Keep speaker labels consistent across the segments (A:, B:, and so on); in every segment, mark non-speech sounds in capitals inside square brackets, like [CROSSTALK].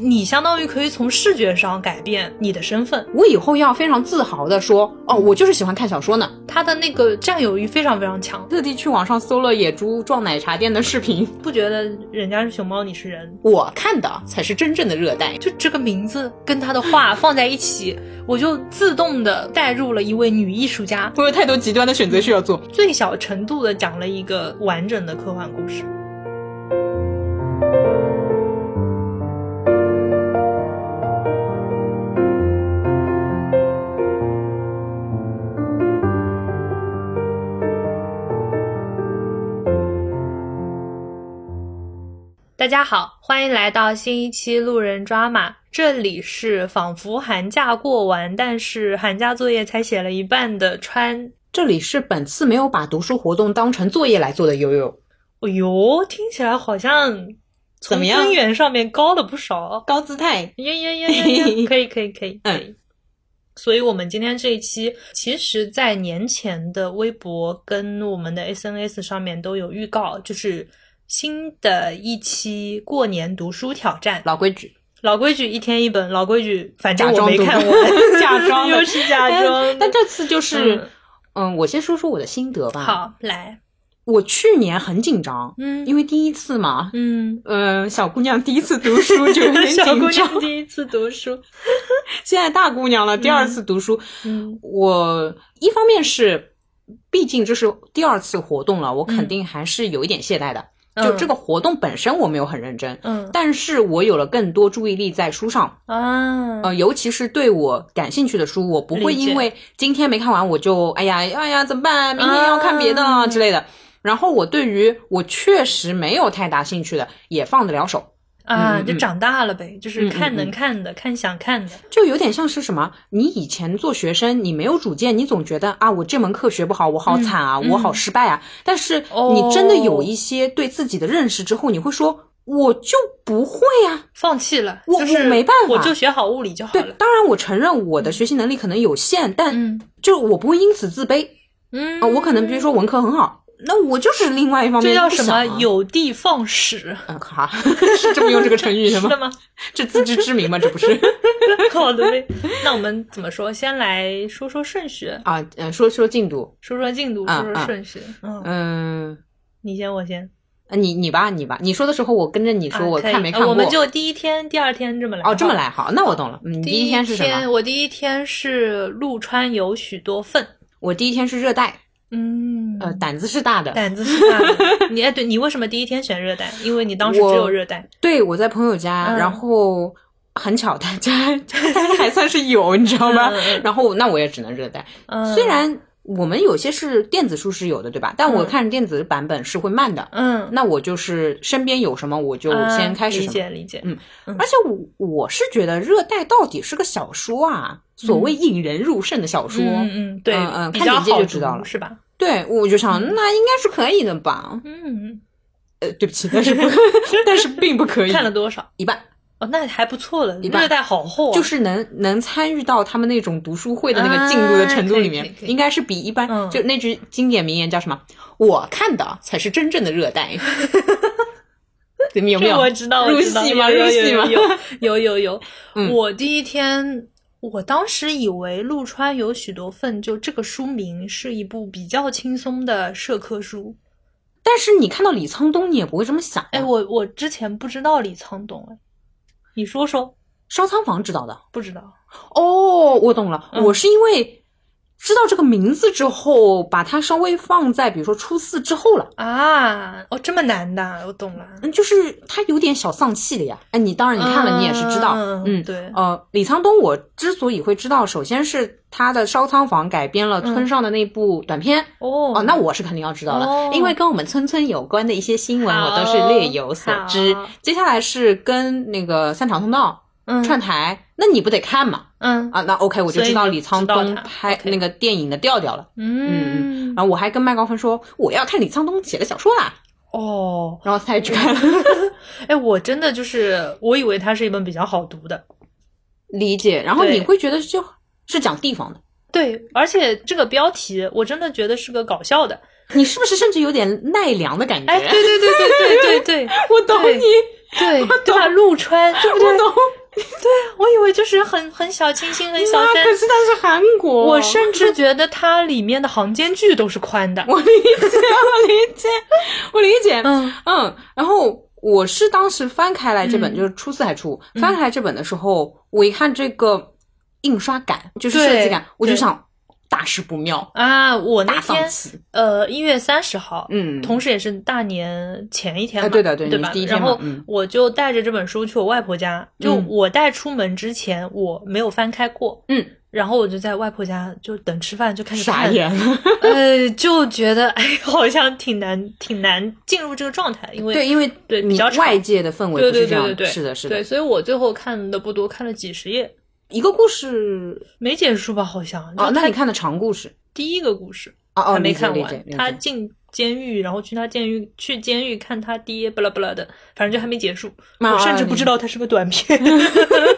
A: 你相当于可以从视觉上改变你的身份。
B: 我以后要非常自豪的说，哦，我就是喜欢看小说呢。
A: 他的那个占有欲非常非常强，
B: 特地去网上搜了野猪撞奶茶店的视频，
A: 不觉得人家是熊猫，你是人。
B: 我看的才是真正的热带。
A: 就这个名字跟他的话放在一起，我就自动的带入了一位女艺术家，
B: 我有太多极端的选择需要做。
A: 最小程度的讲了一个完整的科幻故事。大家好，欢迎来到新一期路人抓马。这里是仿佛寒假过完，但是寒假作业才写了一半的川。
B: 这里是本次没有把读书活动当成作业来做的悠悠，
A: 哎呦，听起来好像
B: 怎
A: 从
B: 么样
A: 根源上面高了不少。
B: 高姿态。
A: 呀呀呀呀 [LAUGHS] 呀！可以可以可以。
B: 嗯，
A: 所以我们今天这一期，其实在年前的微博跟我们的 SNS 上面都有预告，就是新的一期过年读书挑战。
B: 老规矩，
A: 老规矩，一天一本。老规矩，反正
B: 假
A: 我
B: 装
A: 没
B: 读
A: 看 [LAUGHS] 完，
B: 假装的
A: 又是假装的 [LAUGHS]
B: 但。但这次就是，嗯我先说说我的心得吧。，
A: 好来，
B: 我去年很紧张，
A: 嗯
B: 因为第一次嘛，
A: 嗯，
B: 呃，小姑娘第一次读书就有点
A: 小姑
B: 紧
A: 娘
B: 张，
A: 第一次读书，
B: 现在大姑娘了，第二次读书，
A: [LAUGHS] 嗯
B: 我一方面是，毕竟这是第二次活动了，我肯
A: 嗯
B: 定还是有一点懈怠的。就这
A: 个，
B: 个活动本身我没有很认真，
A: 嗯
B: 但是我有了更多注意力在书上，
A: 啊，
B: 呃，尤其是对我感兴趣的书，我不会
A: 理解
B: 因为今天没看完我就哎呀哎呀怎么办？明天要看别的
A: 啊
B: 啊之类的。然后我对于我确实没有太大兴趣的也放得了手，
A: 啊，
B: 嗯嗯
A: 就长大了呗，就是
B: 嗯嗯
A: 看能
B: 嗯
A: 看的，看想看的，
B: 就有点像是什么，你以前做学生，你没有主见，你总觉得啊，我这门课学不好，我好惨啊，
A: 嗯
B: 我好失败啊。但是
A: 哦
B: 你真的有一些对自己的认识之后，你会说，我就不会啊。
A: 放弃了，
B: 我
A: 就是
B: 我没办法
A: 我就学好物理就好
B: 对
A: 了，。
B: 当然我承认我的学习能力可能有限，但
A: 嗯
B: 就我不会因此自卑
A: 嗯
B: 啊、我可能比如说文科很好，那我就是另外一方面
A: 这叫
B: 不
A: 什
B: 想
A: 么
B: 啊？
A: 有的放矢，
B: 嗯，哈，是这么用这个 [LAUGHS] 成语
A: 是
B: 是吗
A: 的？吗？
B: 这自知之明吗？这不是
A: [LAUGHS] 好的呗，那我们怎么说？先来说说顺序，
B: 啊？呃，说说进度，
A: 说说进度，
B: 啊
A: 说说
B: 啊
A: 顺序。嗯，
B: 嗯、
A: 你先，我先。
B: 啊你你吧，你吧，你说的时候我跟着你
A: 啊
B: 说，我
A: 可以
B: 看没
A: 呃
B: 看过。
A: 我们就第一天、第二天这么来。
B: 哦，这么。来好，那我懂了。嗯，第
A: 第
B: 一天是什么？
A: 我第一天是陆川有许多份。
B: 我第一天是热带，
A: 嗯，
B: 呃，胆子是大
A: [LAUGHS]
B: 的。
A: 胆子是大的。你哎，对你为什么第一天选热带？因为你当时只
B: 我
A: 有热带。
B: 对，我在朋友家，
A: 嗯
B: 然后很巧，大家 [LAUGHS] 大家还算是有，你知道吗
A: 嗯嗯嗯？
B: 然后那我也只能热带，
A: 嗯，
B: 虽然。我们有些是电子书是有的，对吧？但我
A: 嗯
B: 看电子版本是会慢的，
A: 嗯，
B: 那我就是身边有什么我就
A: 啊
B: 先开始
A: 理
B: 什么。
A: 解理解。
B: 嗯而且我我是觉得热带到底是个小说啊，所谓引人入胜的小说，
A: 嗯嗯，对，
B: 嗯嗯
A: 比
B: 看
A: 较
B: 简介
A: 好
B: 就知道
A: 读
B: 了
A: 是吧？
B: 对我就想
A: 嗯
B: 那应该是可以的吧。
A: 嗯，
B: 呃，对不起，但是不，但是并不可以。
A: 看了多少？
B: 一半，
A: 哦，那还不错了，
B: 一半
A: 热带好厚啊，
B: 就是能能参与到他们那种读书会的那个进度的程度里
A: 啊
B: 面，
A: 可以可以可以
B: 应该是比一般、
A: 嗯
B: 就那句经典名言叫什么？我看的才是真正的热带。 [LAUGHS] 你们有没
A: 这
B: 有
A: 我知道，我
B: 入
A: 知道
B: 戏吗
A: 有
B: 入戏吗
A: 有 [LAUGHS] 有有有有有
B: [LAUGHS] 嗯
A: 我第一天，我当时以为陆川有许多份，就这个书名是一部比较轻松的社科书。
B: 但是你看到李沧东，你也不会这么想、
A: 哎，我我之前不知道李沧东，哎，你说说，
B: 烧仓房知道的。
A: 不知道。
B: 哦，我懂了，
A: 嗯
B: 我是因为知道这个名字之后，把它稍微放在比如说初四之后了。
A: 啊，哦，这么难的，我懂了。
B: 嗯，就是它有点小丧气的呀。哎，你当然你看了，你也是知道。
A: 嗯
B: 嗯，
A: 对
B: 呃，李沧东我之所以会知道，首先是他的《烧仓房》改编了村上的那部短片。
A: 嗯哦
B: 哦，那我是肯定要知道了，
A: 哦
B: 因为跟我们村村有关的一些新闻，我都是略有所知
A: 好好。
B: 接下来是跟那个三场通道、
A: 嗯
B: 串台，那你不得看嘛？
A: 嗯
B: 啊，那 OK，我就
A: 所以
B: 知道
A: 你
B: 李沧
A: 知道
B: 东
A: 他
B: 拍
A: OK
B: 那个电影的调调了。
A: 嗯
B: 然后我还跟麦高芬说，我要看李沧东写的小说啦，
A: 哦，
B: 然后他也去看了。
A: 哎，我真的就是我以为它是一本比较好读的，
B: 理解，然后
A: 对
B: 你会觉得就是讲地方的，
A: 对，而且这个标题我真的觉得是个搞笑的。
B: 你是不是甚至有点奈良的感觉？
A: 哎，
B: [LAUGHS]
A: 对对对对对对对
B: 我懂你，
A: 对对吧？陆川，对不
B: 我
A: 对？
B: 懂。
A: 我以为就是很很小清新，很小
B: 那
A: 轩
B: 可。是它是韩国，
A: 我甚至觉得它里面的行间距都是宽的。
B: [LAUGHS] 我理解，我理解，我理解。
A: 嗯
B: 嗯，然后我是当时翻开来这本，
A: 嗯
B: 就是初四还初五，翻开来这本的时候，我一看这个印刷感，就是设计感
A: 对，
B: 我就
A: 对
B: 想大事不妙，
A: 啊，我那
B: 大
A: 天
B: 丧气。
A: 呃一月三十号，
B: 嗯，
A: 同时也是大年前一天嘛，
B: 哎对的对
A: 对
B: 你
A: 吧
B: 第一？天
A: 然
B: 嘛
A: 后
B: 嗯
A: 我就带着这本书去我外婆家，就
B: 嗯
A: 我带出门之前我没有翻开过，
B: 嗯，
A: 然后我就在外婆家就等吃饭就开始
B: 傻
A: 看，
B: 眼。
A: [LAUGHS] 呃，就觉得哎，好像挺难挺难进入这个状态，因为
B: 对，因为
A: 对比
B: 你
A: 较长
B: 外界的氛围
A: 对
B: 不
A: 对
B: 是这
A: 对
B: 样，
A: 对对，
B: 是的，是
A: 对，
B: 的。
A: 所以我最后看的不多，看了几十页，
B: 一个故事
A: 没结束吧？好像
B: 哦，
A: 就
B: 那
A: 它
B: 你看的长故事
A: 第一个故事。
B: 哦哦，
A: 还没
B: 理解
A: 看
B: 理
A: 完
B: 解。理
A: 他
B: 解
A: 进监狱，然后去他监狱去监狱看他爹，巴拉巴拉的，反正就还没结束。
B: 啊
A: 我甚至
B: 你
A: 不知道他是个短片。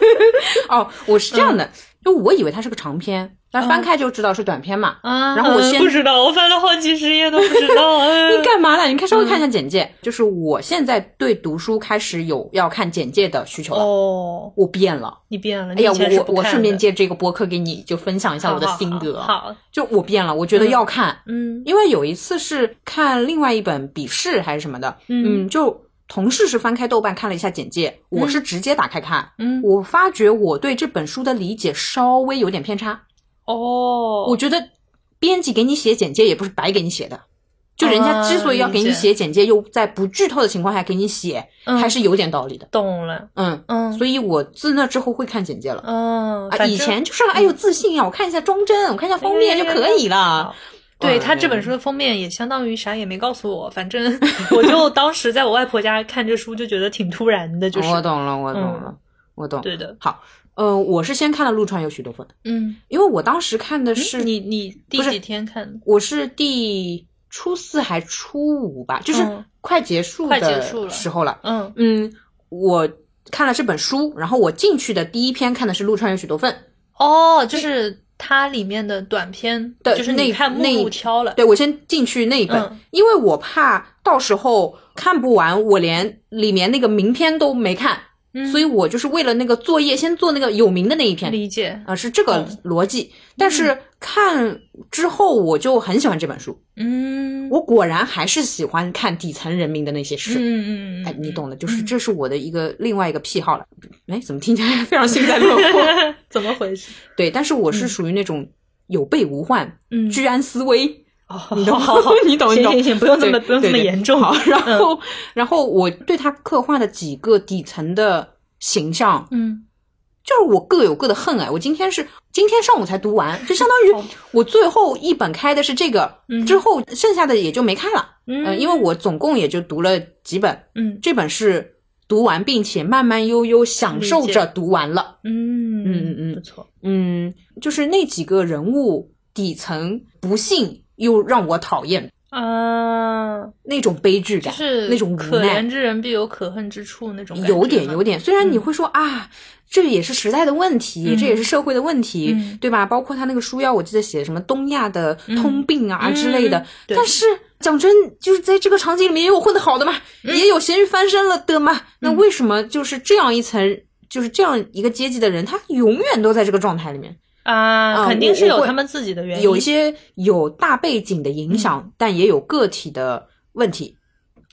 B: [LAUGHS] 哦，我是这样
A: 嗯
B: 的，因为我以为它是个长篇，但翻开就知道是短篇嘛。 [LAUGHS]
A: 啊
B: 然后我
A: 嗯
B: 先
A: 不知道，我翻了好几十页都不知 [LAUGHS] 道。哎
B: [LAUGHS] 你干嘛呢？你看稍微看
A: 嗯
B: 一下简介，就是我现在对读书开始有要看简介的需求了，
A: 哦，
B: 我变了。
A: 你变了。
B: 哎呀，
A: 你以前是
B: 我
A: 不
B: 我我
A: 看
B: 顺便
A: 的
B: 借这个播客给你就分享一下我的
A: 好好
B: 心得，啊
A: 好好，
B: 就我变了，我觉得要看，
A: 嗯
B: 因为有一次是看另外一本笔试还是什么的，
A: 嗯
B: 嗯，就同事是翻开豆瓣看了一下简介，我是直接打开看，
A: 嗯，
B: 我发觉我对这本书的理解稍微有点偏差，
A: 哦，
B: 我觉得编辑给你写简介也不是白给你写的。就人家之所以要给
A: 啊理解
B: 你写简介，又在不剧透的情况下给你写，
A: 嗯
B: 还是有点道理的。
A: 懂了。
B: 嗯，
A: 嗯，
B: 所以我自那之后会看简介了。
A: 嗯，
B: 啊，
A: 反
B: 以
A: 正
B: 前就是哎呦自信啊，我看一下装帧，我看一下封面就可以
A: 哦
B: 了。
A: 对
B: 哇
A: 他这本
B: 人
A: 书的封面也相当于啥也没告诉我，反
B: [LAUGHS]
A: 正我就当时在我外婆家看这书就觉得挺突然的，就是
B: 哦我懂了，我懂
A: 嗯
B: 了，我懂。
A: 对的，
B: 好，呃，我是先看了《陆川有许多风》，
A: 嗯，
B: 因为我当时看的是、
A: 嗯你你第
B: 不是
A: 几天看的？
B: 我是第初四还初五吧，就是
A: 嗯
B: 快结束
A: 快结束
B: 的
A: 了
B: 时候了。
A: 嗯
B: 嗯，我看了这本书，然后我进去的第一篇看的是《陆川有许多份》，
A: 哦，就是它里面的短片，
B: 对
A: 就是你
B: 那
A: 看目
B: 那
A: 录挑了，
B: 对我先进去那一本，
A: 嗯
B: 因为我怕到时候看不完，我连里面那个名篇都没看，
A: 嗯
B: 所以我就是为了那个作业先做那个有名的那一篇。
A: 理嗯解，
B: 啊，是这个
A: 懂
B: 逻辑。但是看之后，我就很喜欢这本书。
A: 嗯，
B: 我果然还是喜欢看底层人民的那些
A: 嗯
B: 事。
A: 嗯嗯，
B: 哎，
A: 嗯
B: 你
A: 嗯 [LAUGHS]
B: 懂的，就是这是我的一个另外一个癖好了。哎，怎么听起来非常幸灾
A: [LAUGHS]
B: 乐祸？
A: 怎么回事？
B: 对，但是我是
A: 嗯
B: 属于那种有备无患、
A: 嗯，
B: 居安思
A: [LAUGHS]
B: 危，
A: 哦，
B: 你懂？
A: 好好好
B: [LAUGHS] 你懂？你
A: 行
B: 懂
A: 行？嗯行，不用这么
B: 对
A: 不用这么
B: 对对
A: 严重，
B: 好，然后，然后我对他刻画的几个底层的形象，
A: 嗯，
B: 就是我各有各的恨哎，我今天是今天上午才读完，就相当
A: 好
B: 于我最后一本开的是这个
A: 嗯，
B: 之后剩下的也就没看了。
A: 嗯
B: 呃因为我总共也就读了几本，
A: 嗯
B: 这本是读完并且慢慢悠悠享受着读完了。
A: 嗯
B: 嗯嗯嗯
A: 不错，
B: 嗯，就是那几个人物底层不幸又让我讨厌
A: 啊，
B: 那种悲剧
A: 就
B: 感，
A: 是
B: 那种无
A: 可
B: 奈
A: 怜之人必有可恨之处那种感觉吗，
B: 有点有点，虽然你
A: 嗯
B: 会说、啊，这也是时代的问题，
A: 嗯
B: 这也是社会的问题，
A: 嗯
B: 对吧？包括他那个书腰，我记得写什么东亚的通病啊、
A: 嗯
B: 之类的。
A: 嗯对
B: 但是讲真，就是在这个场景里面也有混得好的嘛，
A: 嗯
B: 也有咸鱼翻身了的嘛。那为什么就是这样一层，就是这样一个阶级的人，他永远都在这个状态里面？
A: 啊，
B: 啊
A: 肯定
B: 我
A: 是
B: 我
A: 有
B: 会
A: 他们自己的原因，嗯
B: 有一些有大背景的影响，但也有个体的问题。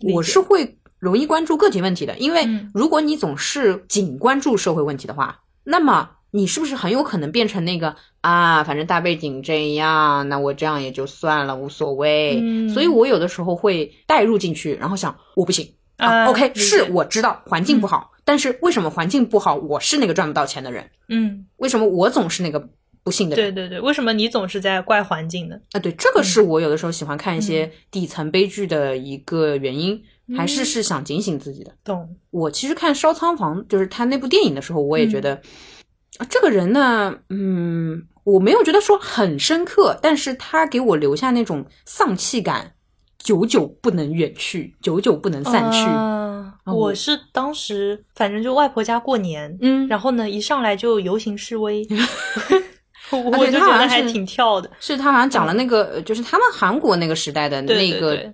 A: 理解
B: 我是会容易关注个体问题的，因为
A: 嗯
B: 如果你总是仅关注社会问题的话，那么你是不是很有可能变成那个啊，反正大背景这样，那我这样也就算了，无所谓。
A: 嗯
B: 所以我有的时候会带入进去，然后想我不行
A: 啊
B: OK，
A: 理解嗯
B: 是我知道环境不好，但是为什么环境不好，我是那个赚不到钱的人？
A: 嗯，
B: 为什么我总是那个不幸的人？
A: 对对对，为什么你总是在怪环境呢？
B: 啊，对，这个是我有的时候喜欢看一些底层悲剧的一个原因，还是
A: 嗯
B: 是想警醒自己的。
A: 懂，
B: 我其实看《烧仓房》，就是他那部电影的时候，我也
A: 嗯
B: 觉得、啊这个人呢，嗯，我没有觉得说很深刻，但是他给我留下那种丧气感，久久不能远去，久久不能散去。
A: 啊
B: 嗯然后
A: 我是当时反正就外婆家过年，
B: 嗯，
A: 然后呢，一上来就游行示
B: [LAUGHS]
A: 威，我
B: 啊
A: 我
B: 对
A: 就
B: 他好
A: 觉得
B: 像
A: 还
B: 是
A: 挺跳的。嗯
B: 是他好像讲了那个，呃就是他们韩国那个时代的
A: 对
B: 那
A: 对
B: 个
A: 对，
B: 呃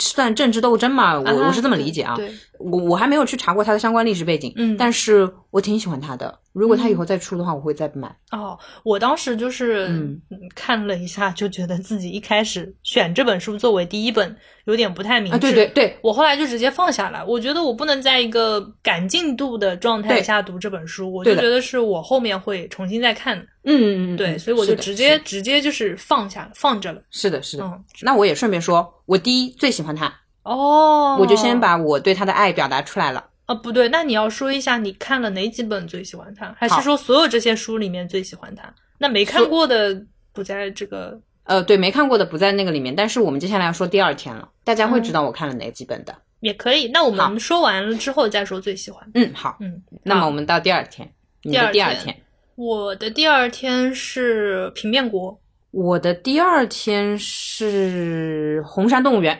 B: 算政治斗争嘛，我、
A: 啊
B: 我是这么理解啊。
A: 对，对
B: 我我还没有去查过他的相关历史背景，
A: 嗯
B: 但是我挺喜欢他的。如果他以后再出的话，我会再买。
A: 哦，我当时就是
B: 嗯
A: 看了一下，就觉得自己一开始选这本书作为第一本有点不太明智。
B: 啊，对对对，
A: 我后来就直接放下来。我觉得我不能在一个赶进度的状态
B: 对
A: 下读这本书，我就
B: 对的
A: 觉得是我后面会重新再看的。
B: 嗯，嗯嗯
A: 对，
B: 嗯
A: 所以我就是
B: 的
A: 直接直接就是放下了，放着了。
B: 是的，是的。
A: 嗯，
B: 那我也顺便说，我第一最喜欢他，
A: 哦，
B: 我就先把我对他的爱表达出来了。
A: 啊不对，那你要说一下你看了哪几本最喜欢它，还是
B: 好
A: 说所有这些书里面最喜欢它？那没看
B: 所
A: 过的不在这个
B: 呃，对，没看过的不在那个里面，但是我们接下来要说第二天了，大家会
A: 嗯
B: 知道我看了哪几本的。
A: 也可以。那我
B: 好
A: 们说完了之后再说最喜欢的。
B: 嗯，好，
A: 嗯，
B: 那么
A: 好
B: 我们到第二天，你的
A: 第
B: 第
A: 二
B: 二
A: 天
B: 天，
A: 我的第二天是平面国。
B: 我的第二天是红山动物园，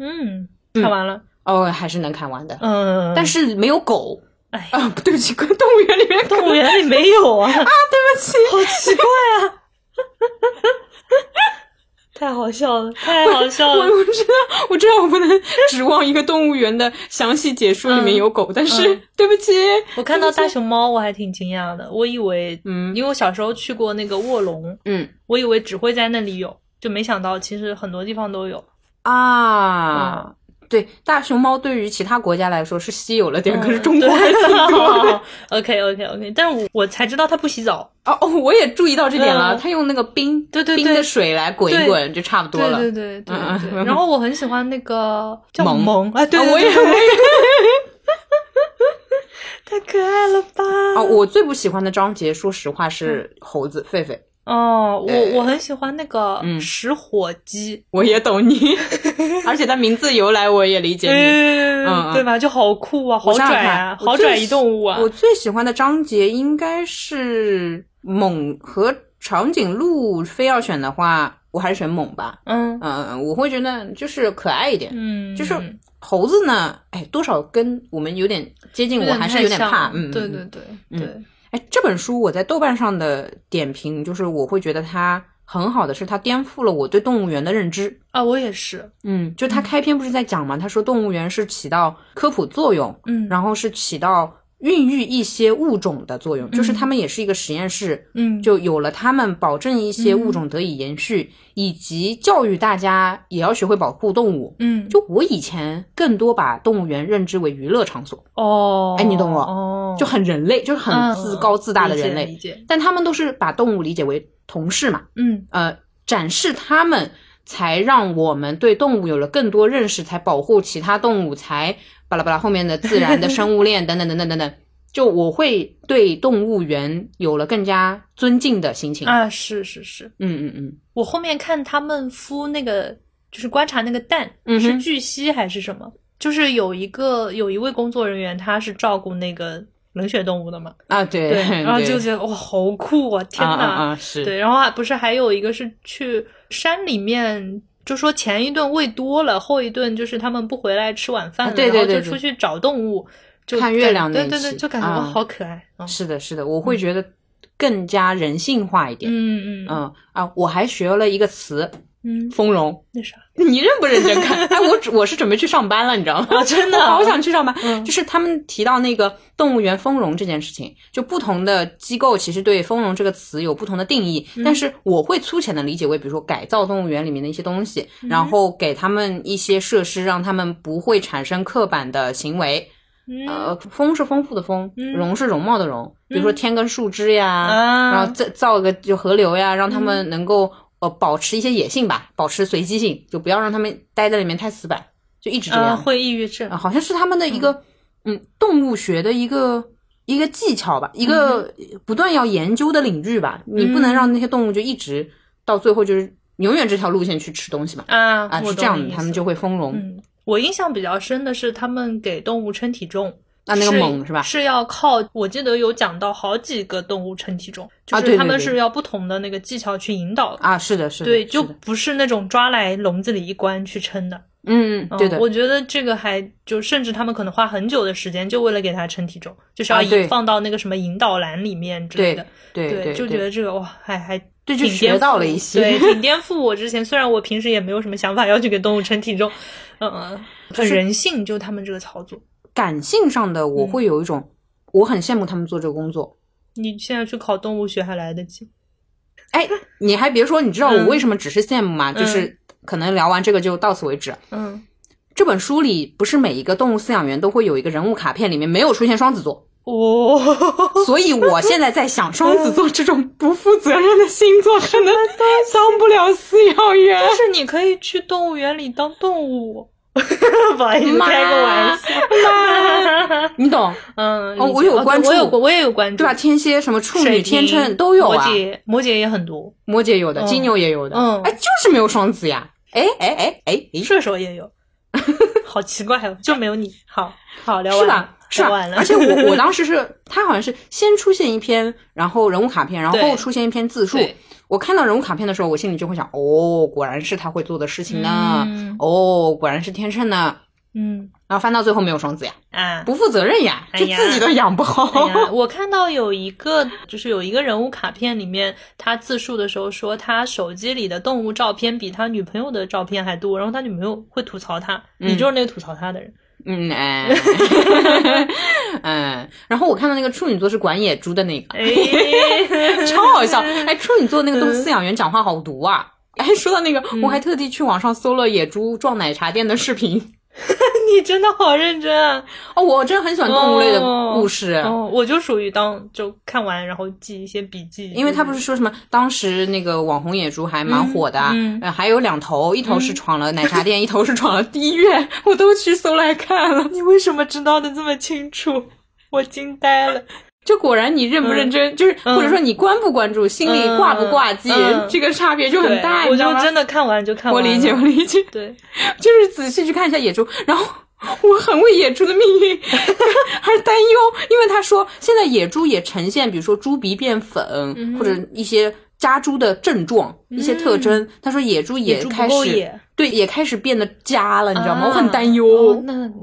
A: 嗯，
B: 嗯
A: 看完了。
B: 哦，还是能看完的，
A: 嗯，
B: 但是没有狗
A: 哎，
B: 啊，不对不起，关动物园里面狗，
A: 动物园里没有啊， [LAUGHS]
B: 对不起，
A: 好奇怪啊！太好笑了，太好笑
B: 我
A: 了。
B: [LAUGHS] 我知道，我知道我不能指望一个动物园的详细解说里面有狗，但是、
A: 嗯
B: 对不起，
A: 我看到大熊猫，我还挺惊讶的。我以为，
B: 嗯
A: 因为我小时候去过那个卧龙，
B: 嗯
A: 我以为只会在那里有，就没想到其实很多地方都有。
B: 啊。
A: 嗯
B: 对，大熊猫对于其他国家来说是稀有了点，可是中国还挺多
A: [LAUGHS]
B: [LAUGHS] 的。
A: 嗯对 OK OK OK，但我我才知道它不洗澡。
B: 哦哦，我也注意到这点了，
A: 嗯
B: 它用那个冰
A: 对对对
B: 冰的水来滚一滚，就差不多了。
A: 对对对对对。
B: 嗯嗯
A: 然后我很喜欢那
B: [LAUGHS]
A: 个叫
B: 萌
A: 萌，哎，对
B: 啊
A: 对
B: [LAUGHS] 我也
A: 对
B: 我也
A: [LAUGHS] 太可爱了吧！
B: 啊，我最不喜欢的章节，说实话是猴子狒狒。
A: 哦，
B: 对
A: 我我很喜欢那个
B: 哎嗯
A: 食火鸡，
B: 我也懂你， [LAUGHS] 而且它名字由来我也理解你。嗯
A: 嗯对吧？就好酷啊，好
B: 我想想
A: 拽
B: 看
A: 啊，
B: 我
A: 好
B: 最
A: 拽
B: 喜
A: 一动物啊！
B: 我最喜欢的章节应该是猛和长颈鹿，非要选的话，我还是选猛吧。
A: 嗯
B: 嗯，我会觉得就是可爱一点。
A: 嗯，
B: 就是猴子呢，哎，多少跟我们有点接近，我还是有点
A: 太像
B: 怕
A: 了。
B: 嗯，
A: 对
B: 嗯
A: 对对对，
B: 哎，这本书我在豆瓣上的点评，就是我会觉得它很好的是它颠覆了我对动物园的认知。
A: 啊，我也是，
B: 嗯，就它开篇不是在讲嘛，他说动物园是起到科普作用，
A: 嗯，
B: 然后是起到孕育一些物种的作用，就是
A: 嗯
B: 他们也是一个实验室，
A: 嗯，
B: 就有了他们保证一些物种得以延续，以及教育大家也要学会保护动物。
A: 嗯，
B: 就我以前更多把动物园认知为娱乐场所，
A: 哦，
B: 哎你懂我
A: 哦，
B: 就很人类，就是很
A: 嗯
B: 自高自大的人类。
A: 理解，理解
B: 但他们都是把动物理解为同事嘛，
A: 嗯
B: 呃，展示他们，才让我们对动物有了更多认识，才保护其他动物，才巴拉巴拉后面的自然的生物链 [LAUGHS] 等等等等等等。就我会对动物园有了更加尊敬的心情。
A: 啊，是是是，
B: 嗯嗯嗯，
A: 我后面看他们孵那个，就是观察那个蛋、
B: 嗯哼
A: 是巨蜥还是什么，就是有一个有一位工作人员，他是照顾那个冷血动物的嘛，
B: 啊对， [LAUGHS]
A: 然后就
B: 对
A: 觉得哇、好酷啊，天
B: 啊
A: 哪！
B: 啊啊是，
A: 对，然后还不是还有一个是去山里面，就说前一顿喂多了，后一顿就是他们不回来吃晚饭了，
B: 啊对对对
A: 然
B: 对
A: 后就出去找动物，就
B: 看
A: 感
B: 月亮那
A: 对
B: 一
A: 对对，
B: 期
A: 就感觉
B: 啊
A: 哇、好可爱，嗯
B: 是的，是的，我会觉得更加人性化一点。
A: 嗯嗯
B: 嗯啊，我还学了一个词“
A: 嗯，
B: 丰容”， [LAUGHS]
A: 那啥，
B: 你认不认真
A: [LAUGHS]
B: 看？哎，我我是准备去上班了，你知道吗？
A: 真 [LAUGHS] 的
B: 我
A: 啊
B: 好想去上班。
A: 嗯
B: [LAUGHS] 就是他们提到那个动物园丰容这件事情，就不同的机构其实对丰容这个词有不同的定义，
A: 嗯
B: 但是我会粗浅的理解为，比如说改造动物园里面的一些东西，
A: 嗯
B: 然后给他们一些设施，让他们不会产生刻板的行为。
A: 嗯
B: 呃，丰是丰富的丰，
A: 嗯
B: 容是容貌的容，比如说添根树枝呀，
A: 啊嗯
B: 然后再造个就河流呀，让他们能够、呃保持一些野性吧，保持随机性，就不要让他们待在里面太死板，就一直这
A: 啊
B: 样。
A: 会抑郁症
B: 啊，好像是他们的一个嗯动物学的一个一个技巧吧，一个
A: 嗯
B: 不断要研究的领域吧。你不能让那些动物就一直到最后就是永远这条路线去吃东西嘛。
A: 啊
B: 啊，
A: 我
B: 是这
A: 懂
B: 样
A: 你
B: 的，
A: 意
B: 他
A: 思
B: 们就会丰容。
A: 嗯，我印象比较深的是他们给动物称体重。
B: 啊，那个猛是吧？
A: 是要靠，我记得有讲到好几个动物称体重，就
B: 啊对
A: 是他们
B: 对对
A: 是要不同的那个技巧去引导的。
B: 啊，是的，是的，
A: 对，
B: 是
A: 就
B: 的
A: 不是那种抓来笼子里一关去称的。
B: 嗯，
A: 嗯
B: 对的，
A: 我觉得这个还就甚至他们可能花很久的时间，就为了给它称体重，就是要
B: 啊
A: 引
B: 对
A: 放到那个什么引导栏里面之类的。
B: 对对，
A: 就觉得这个哇，还还
B: 对就
A: 挺
B: 学
A: 颠
B: 到
A: 覆
B: 了一些 [LAUGHS]
A: 对，挺颠覆我之前。虽然我平时也没有什么想法要去给动物称体重，嗯，嗯，很人性，就他们这个操作。
B: 感性上的，
A: 嗯
B: 我会有一种、我很羡慕他们做这个工作。
A: 你现在去考动物学还来得及。
B: 哎，你还别说，你知道我
A: 嗯
B: 为什么只是羡慕吗？就是可能聊完这个就到此为止。啊
A: 嗯，
B: 这本书里不是每一个动物饲养员都会有一个人物卡片，里面没有出现双子座，
A: 哦，
B: 所以我现在在想，双子座这种不负责任的星
A: [LAUGHS]
B: 座，可能当不了饲养
A: [LAUGHS]
B: 员。
A: 但是你可以去动物园里当动物， [LAUGHS] 不好意思，
B: 妈
A: 开个玩笑。 [LAUGHS]
B: 你懂
A: 嗯，
B: 哦
A: 理解
B: 我有关注
A: 我有过，我也有关注，
B: 对吧？？天蝎什么处
A: 水
B: 女、
A: 瓶
B: 天秤都有啊
A: 摩，羯，摩羯也很多，
B: 摩羯有的，
A: 嗯
B: 金牛也有的，
A: 嗯
B: 哎，就是没有双子呀。哎哎哎哎，
A: [LAUGHS]
B: 哎
A: 射手
B: [LAUGHS]
A: 也有，好奇怪哦，就没有你。好好聊
B: 是
A: 完
B: 吧
A: 了，？
B: 是
A: 聊
B: 吧
A: 完？了。
B: 而且
A: [LAUGHS]
B: 我我当时是，他好像是先出现一篇，然后人物卡片，然后
A: 对
B: 出现一篇自述
A: 对。
B: 我看到人物卡片的时候，我心里就会想，哦，果然是他会做的事情呢，
A: 嗯
B: 哦，果然是天秤呢。
A: 嗯
B: 然后翻到最后没有双子呀，
A: 啊。
B: 不负责任呀，
A: 哎
B: 就
A: 呀
B: 自己都养不好。
A: 哎呀，我看到有一个，就是有一个人物卡片里面，他自述的时候说，他手机里的动物照片比他女朋友的照片还多，然后他女朋友会吐槽他，你就是那个吐槽他的
B: [LAUGHS]
A: 人。
B: [LAUGHS] 嗯哎，嗯，然后我看到那个处女座是管野猪的那个，
A: 哎，
B: 超
A: [LAUGHS]
B: 好笑。哎，处女座那个都饲养员讲话好毒啊！哎，说到那个，
A: 嗯
B: 我还特地去网上搜了野猪撞奶茶店的视频。
A: 你真的好认真啊！
B: 哦，我真的很喜欢动物类的
A: 哦
B: 故事，
A: 哦，我就属于当就看完然后记一些笔记，
B: 因为他不是说什么当时那个网红野猪还蛮火的，
A: 嗯嗯
B: 呃还有两头，一头是闯了奶茶店， [LAUGHS] 一头是闯了医院， [LAUGHS] 我都去搜来看了。
A: 你为什么知道的这么清楚？我惊呆了。
B: 就果然你认不认真，就是或者说你关不关注，心里挂不挂机，
A: 嗯嗯嗯
B: 这个差别就 [LAUGHS] 很大，
A: 对
B: 你
A: 我
B: 知
A: 就
B: 道吗？
A: 真的看完就看
B: 我
A: 完了。
B: 理解，我理解。
A: 对，
B: 就是仔细去看一下野猪，然后我很为野猪的命
A: [LAUGHS]
B: 运而担忧，因为他说现在野猪也呈现，比如说猪鼻变粉、
A: 嗯
B: 或者一些家猪的症状、一些特征。他说野猪也
A: 野猪不
B: 开
A: 够
B: 始
A: 野，
B: 对也开始变得家了，你知道吗？
A: 啊
B: 我很担忧，
A: 哦那
B: [LAUGHS]
A: 嗯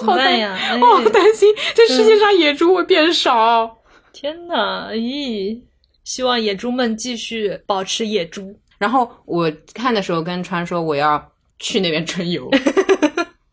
A: 怎么办呀？哎
B: 我好担心这世界上野猪会变
A: 嗯
B: 少。
A: 天哪！咦，希望野猪们继续保持野猪，
B: 然后我看的时候跟川说我要去那边
A: [LAUGHS]
B: 春游，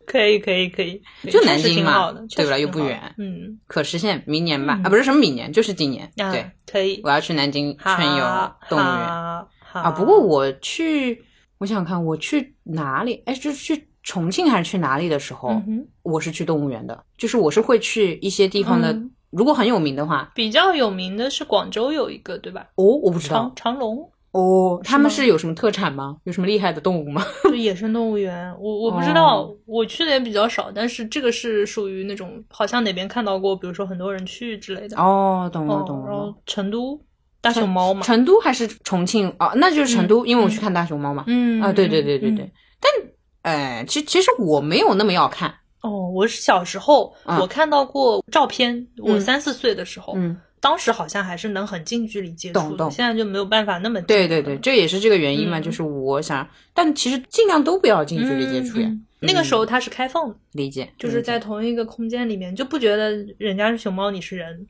A: 可以，可以，可以，
B: 就
A: 确
B: 南
A: 实
B: 京
A: 挺
B: 嘛
A: 好的，确
B: 对
A: 实
B: 吧又
A: 挺
B: 不
A: 好的
B: 远
A: 嗯，
B: 可实现明年吧、啊，不是什么明年，就是今年。
A: 啊
B: 对，，
A: 可以，
B: 我要去南京
A: 好
B: 春游动物园
A: 好好
B: 啊！不过我去，我想想看，我去哪里？哎，就是去重庆还是去哪里的时候，
A: 嗯哼
B: 我是去动物园的，就是我是会去一些地方的，
A: 嗯
B: 如果很有名的话，
A: 比较有名的是广州有一个，对吧？
B: 哦，我不知道
A: 长长隆
B: 哦，他们
A: 是
B: 是有什么特产吗？有什么厉害的动物吗？
A: [LAUGHS]
B: [LAUGHS]
A: 就野生动物园，我我不知道，
B: 哦
A: 我去的也比较少，但是这个是属于那种好像哪边看到过，比如说很多人去之类的。
B: 哦，懂了
A: 哦，
B: 懂了
A: 然
B: 懂了。
A: 后成都大熊猫嘛，
B: 成都还是重庆哦，那就是成都，因为我去看大熊猫嘛。
A: 嗯
B: 啊，对对对对
A: 嗯
B: 对。但，哎，其其实我没有那么要看。
A: 哦，我是小时候、
B: 嗯
A: 我看到过照片，我
B: 嗯
A: 三四岁的时候、
B: 嗯，
A: 当时好像还是能很近距离接触的，
B: 懂懂
A: 现在就没有办法那么近
B: 对对对，这也是这个原因嘛，
A: 嗯
B: 就是我想，但其实尽量都不要近距离接触呀，
A: 嗯嗯那个时候它是开放的，
B: 理解，
A: 就是在同一个空间里面，就不觉得人家是熊猫，你是人。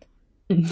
B: 嗯
A: [LAUGHS]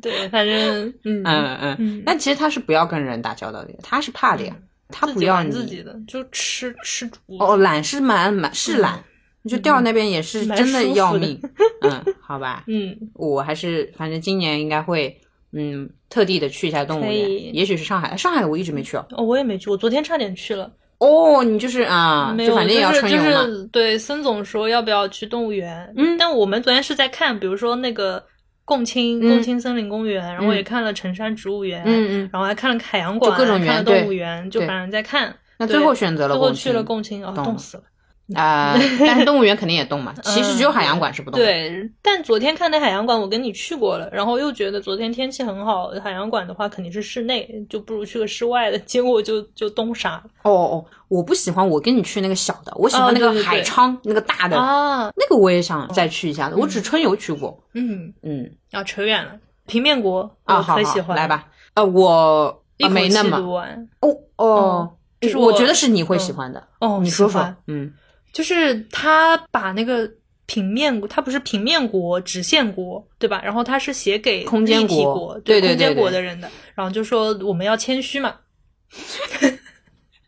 A: 对，反正嗯
B: [LAUGHS] 嗯嗯嗯
A: 嗯，
B: 但其实他是不要跟人打交道的，他是怕的呀，他
A: 自
B: 不
A: 己
B: 要
A: 玩
B: 你
A: 自己的，就吃吃竹子。
B: 哦，懒是蛮蛮是懒，就掉那边也是
A: 蛮
B: 真的
A: 舒服
B: 要
A: 的 [LAUGHS]
B: 命，嗯，好吧，
A: 嗯，
B: 我还是反正今年应该会嗯特地的去一下动物
A: 可以
B: 园，也许是上海，上海我一直没去哦，
A: 哦，我也没去，我昨天差点去了，
B: 哦，你就是啊，
A: 没
B: 就
A: 有，
B: 反正也要
A: 就是
B: 春游
A: 就
B: 嘛，
A: 是对孙总说要不要去动物园，
B: 嗯
A: 但我们昨天是在看，比如说那个共青
B: 嗯
A: 共青森林公园，然后
B: 嗯
A: 也看了城山植物园，
B: 嗯嗯，
A: 然后还看了海洋馆，
B: 就各种
A: 看了
B: 园
A: 动
B: 对
A: 物园，就
B: 对
A: 反正在看，
B: 那最
A: 对
B: 后选择了
A: 最后
B: 共
A: 去了
B: 青
A: 共青，哦，
B: 懂
A: 冻死了。 [LAUGHS]
B: 啊、但是动物园肯定也动嘛。其实只有海洋馆是不动的。，
A: 嗯对，但昨天看的海洋馆，我跟你去过了，然后又觉得昨天天气很好，海洋馆的话肯定是室内，就不如去个室外的，结果就就冻傻了
B: 哦哦，我不喜欢我跟你去那个小的，我喜欢
A: 哦
B: 那个
A: 对对对
B: 海昌、那个大的，
A: 啊，
B: 那个我也想再去一下的。我只春游去过，
A: 嗯，
B: 嗯
A: 啊，扯远了，平面国
B: 啊，
A: 我
B: 好
A: 哦可喜
B: 好
A: 欢，
B: 来，吧。呃，我、
A: 一
B: 啊、
A: 口
B: 没
A: 气
B: 那
A: 读
B: 么
A: 完，
B: 哦哦
A: 哦，这是
B: 我
A: 我
B: 觉得是你会喜欢的，
A: 哦，
B: 你说
A: 喜
B: 说
A: 欢， [LAUGHS]
B: 嗯
A: 就是他把那个平面国，它不是平面国、直线国，对吧？然后他是写给
B: 空间
A: 立体
B: 国
A: 国，
B: 对对
A: 空间
B: 对对
A: 国的人的。然后就说我们要谦虚嘛，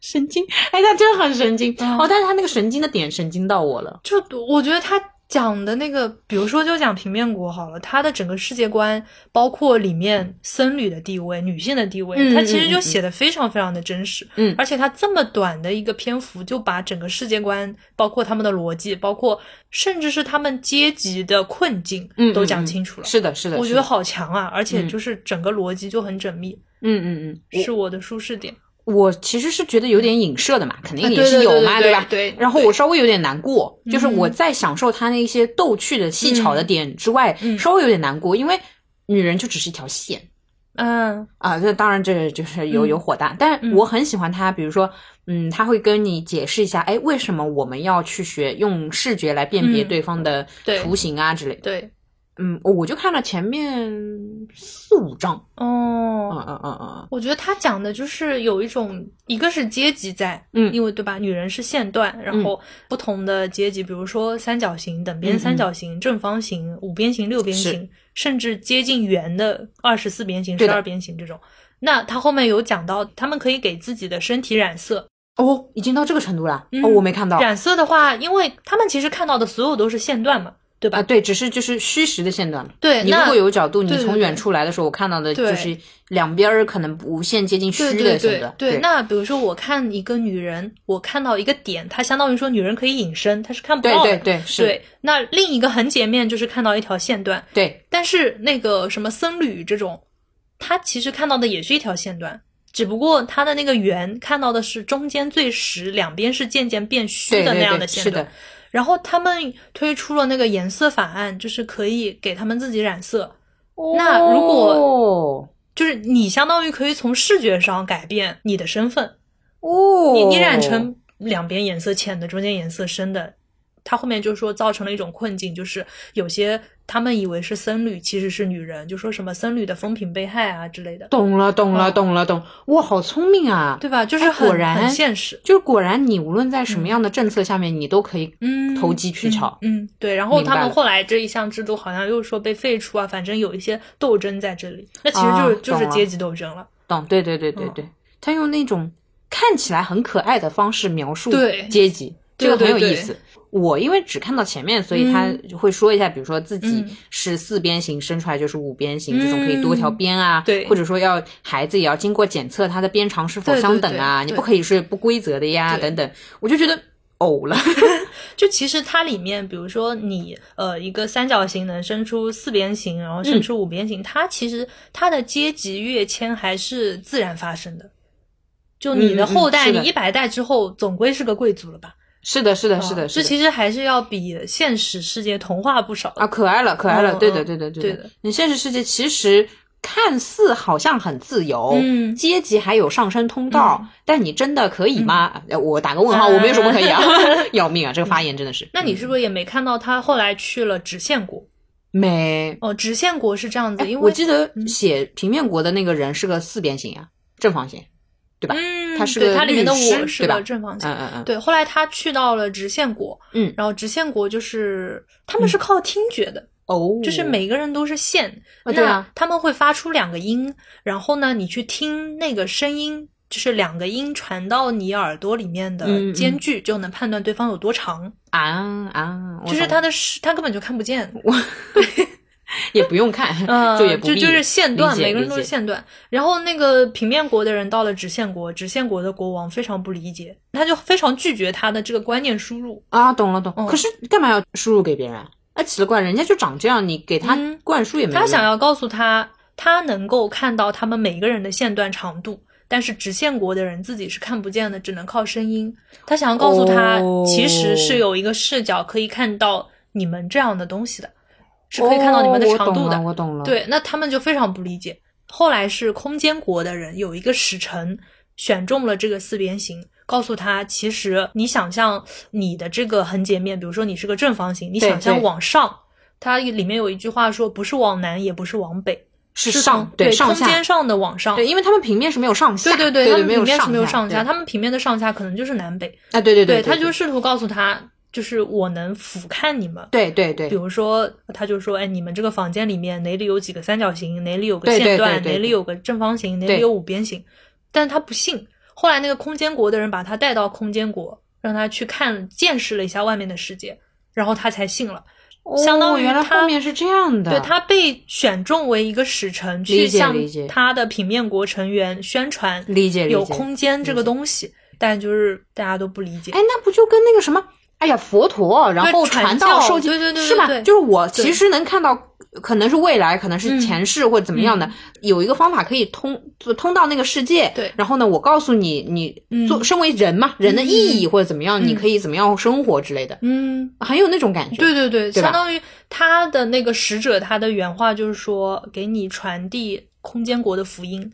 B: 神经，哎，他真的很神经、
A: 嗯
B: 哦，但是他那个神经的点神经到我了，
A: 就我觉得他讲的那个，比如说就讲平面国好了，他的整个世界观，包括里面僧侣的地位、女性的地位，
B: 嗯
A: 他其实
B: 嗯
A: 就
B: 嗯
A: 写的非常非常的真实。
B: 嗯
A: 而且他这么短的一个篇幅，就把整个世界观，包括他们的逻辑，包括甚至是他们阶级的困境，
B: 嗯
A: 都
B: 嗯
A: 讲
B: 嗯
A: 清楚了。
B: 是的，是的，
A: 我觉
B: 是
A: 得
B: 的，
A: 好强啊！而且
B: 嗯
A: 就是整个逻辑就很缜密，
B: 嗯嗯嗯，我
A: 是我的舒适点。
B: 我其实是觉得有点影射的嘛，肯定
A: 啊
B: 也
A: 对
B: 是
A: 对
B: 有
A: 对
B: 嘛，
A: 对
B: 吧？
A: 对
B: 然后
A: 对
B: 我稍微有点难过，就是我
A: 嗯
B: 在享受他那些逗趣的细巧的
A: 嗯
B: 点之外，
A: 嗯
B: 稍微有点难过，因为女人就只是一条线。
A: 嗯
B: 啊，这当然这就是有
A: 嗯
B: 有火大，但
A: 嗯
B: 是我很喜欢他，比如说，嗯，他会跟你解释一下，哎，为什么我们要去学用视觉来辨别
A: 嗯
B: 对方的
A: 对
B: 图形啊之类的。
A: 对，
B: 嗯，我就看了前面四五章，
A: 哦
B: 嗯嗯嗯嗯
A: 我觉得他讲的就是有一种，一个是阶级在，
B: 嗯
A: 因为对吧，女人是线段，然后不同的阶级，比如说三角形、等边
B: 嗯嗯
A: 三角形、正方形、五边形、六边形，甚至接近圆的二十四边形、
B: 对
A: 十
B: 的
A: 二边形这种。那他后面有讲到，他们可以给自己的身体染色。
B: 嗯，哦，已经到这个程度了，
A: 嗯
B: 哦，我没看到
A: 染色的话，因为他们其实看到的所有都是线段嘛，对吧？
B: 啊，对，只是就是虚实的线段。
A: 对，
B: 你如
A: 哎那
B: 果有角度，你
A: 对对
B: 从
A: 对
B: 远处来的时候，我看到的就
A: 对
B: 是两边儿可能无限接近
A: 对
B: 虚
A: 对
B: 的
A: 对
B: 线段。
A: 对，那比如说我看一个女人，我看到一个点，它相当于说女人可以隐身，她是看不
B: 对
A: 到的。
B: 对对是，
A: 哦对，那另一个横截面就是看到一条线段，
B: 对
A: 但是那个什么僧侣这种，他其实看到的也是一条线段，只不过他的那个圆看到的是中间最实，两边是渐渐变虚
B: 对
A: 的那样
B: 对
A: 的
B: 对，
A: 线
B: 是
A: 段。
B: 的，
A: 然后他们推出了那个颜色法案，就是可以给他们自己染色，那如果
B: 哦
A: 就是你相当于可以从视觉上改变你的身份。
B: 哦，
A: 你你染成两边颜色浅的，中间颜色深的，他后面就说造成了一种困境，就是有些他们以为是僧侣，其实是女人，就说什么僧侣的风评被害啊之类的，
B: 懂了，懂了，
A: 嗯
B: 懂了，懂。哇，好聪明啊！
A: 对吧？就是
B: 哎
A: 很
B: 果然
A: 很现实。
B: 就是果然，你无论在什么样的政策下面，你都可以
A: 嗯，
B: 投机取巧。
A: 嗯，嗯对。然后
B: 明白
A: 他们
B: 了
A: 后来这一项制度好像又说被废除啊，反正有一些斗争在这里。那其实就是、就是
B: 啊懂了
A: 阶级斗争了。
B: 懂？对对对对
A: 嗯
B: 对，他用那种看起来很可爱的方式描述
A: 对
B: 阶级，
A: 对
B: 这个很有
A: 对对
B: 意思。我因为只看到前面，所以他会说一下，比如说自己
A: 嗯
B: 是四边形，生出来就是五边形，这种可以
A: 嗯
B: 多条边啊，
A: 对
B: 或者说要孩子也要经过检测他的边长是否
A: 对对
B: 相等啊，
A: 对对
B: 你不可以是不规则的呀，
A: 对
B: 等等。我就觉得呕了， [LAUGHS]
A: 就其实它里面，比如说你呃一个三角形能生出四边形，然后生
B: 嗯
A: 出五边形，它其实它的阶级跃迁还是自然发生的。就你的后代，
B: 嗯嗯嗯是的
A: 你一百代之后总归是个贵族了吧？
B: 是的，是的，是
A: 啊
B: 的，是
A: 这
B: 的。
A: 其实还是要比现实世界童话不少的
B: 啊，可爱了，可爱了，
A: 嗯
B: 对的，
A: 嗯
B: 对的，
A: 对
B: 的
A: 的。
B: 你现实世界其实看似好像很自由，
A: 嗯
B: 阶级还有上升通道，但你真的可以吗？呃我打个问号，
A: 嗯
B: 我没有什么可以啊， [LAUGHS] 要命啊！这个发言真的是。
A: 那你是不是也没看到他后来去了直线国？
B: 没？
A: 哦，直线国是这样子，因
B: 哎我
A: 为
B: 记得
A: 嗯
B: 写平面国的那个人是个四边形啊，正方形。吧
A: 嗯，
B: 他是
A: 对
B: 个
A: 它里面的
B: 律师
A: 我是
B: 对吧
A: 个正方形
B: 嗯，嗯嗯，
A: 对，后来他去到了直线国，
B: 嗯
A: 然后直线国就是嗯他们是靠听觉的，
B: 哦，
A: 就是每个人都是线，
B: 啊对
A: 那
B: 啊
A: 他们会发出两个音，然后呢，你去听那个声音，就是两个音传到你耳朵里面
B: 嗯
A: 的
B: 嗯
A: 间距，就能判断对方有多长，
B: 啊啊，我
A: 就是
B: 懂
A: 他的视他根本就看不见，
B: 也不用看
A: 嗯，，
B: 就也不
A: 就
B: 必
A: 就是线段，
B: 理解
A: 每个人
B: 理
A: 都是
B: 解
A: 线段。然后那个平面国的人到了直线国，直线国的国王非常不理解，他就非常拒绝他的这个观念输入。
B: 啊，懂了懂。
A: 嗯
B: 可是干嘛要输入给别人啊？啊，奇了怪，人家就长这样，你给他
A: 嗯
B: 灌输也没有
A: 他
B: 用。
A: 想要告诉他，他能够看到他们每个人的线段长度，但是直线国的人自己是看不见的，只能靠声音。他想要告诉他，
B: 哦
A: 其实是有一个视角可以看到你们这样的东西的，是可以看到你们的长度的。
B: 哦我懂了，我懂了。
A: 对，那他们就非常不理解。后来是空间国的人有一个使臣选中了这个四边形，告诉他，其实你想象你的这个横截面，比如说你是个正方形，你
B: 对
A: 想象
B: 对
A: 往上，它里面有一句话说，不是往南，也不是往北，
B: 是
A: 从
B: 上
A: 对
B: 上
A: 空间
B: 下
A: 上的往上。
B: 对，因为他们平面是没有上下，
A: 对对
B: 对
A: 对，他们
B: 没
A: 平
B: 有
A: 面是没有上
B: 上
A: 下，
B: 对
A: 他们平面的上下可能就是南北。
B: 啊，对对对，
A: 他就是试图告诉他，就是我能俯瞰你们，
B: 对对对
A: 比，如说，他就说，哎，你们这个房间里面哪里有几个三角形，哪里有个
B: 对对
A: 线段，
B: 对对
A: 哪里有个正方形，哪里有五边形，但他不信。后来那个空间国的人把他带到空间国，让他去看见识了一下外面的世界，然后他才信了。相当于
B: 哦、原来
A: 他
B: 后面是这样的，
A: 对他被选中为一个使臣，去
B: 理解
A: 向
B: 理解
A: 他的平面国成员宣传
B: 理解理解
A: 有空间这个东西，但就是大家都不理解
B: 哎，。那不就跟那个什么？哎呀，佛陀，然后
A: 传
B: 道
A: 教
B: 受教，
A: 对对对
B: 是吧
A: 对？对
B: 就是我
A: 对
B: 其实能看到，可能是未来，可能是
A: 嗯
B: 前世或者怎么样的，有一个方法可以通就通到那个世界。
A: 对
B: 然后呢，我告诉你，你
A: 嗯
B: 做、身为人嘛，人的意义或者怎么样，
A: 嗯
B: 你可以怎么样生活之类的，
A: 嗯，
B: 很有那种感觉。
A: 对对对，
B: 对
A: 相
B: 吧
A: 当于他的那个使者，他的原话就是说，给你传递空间国的福音。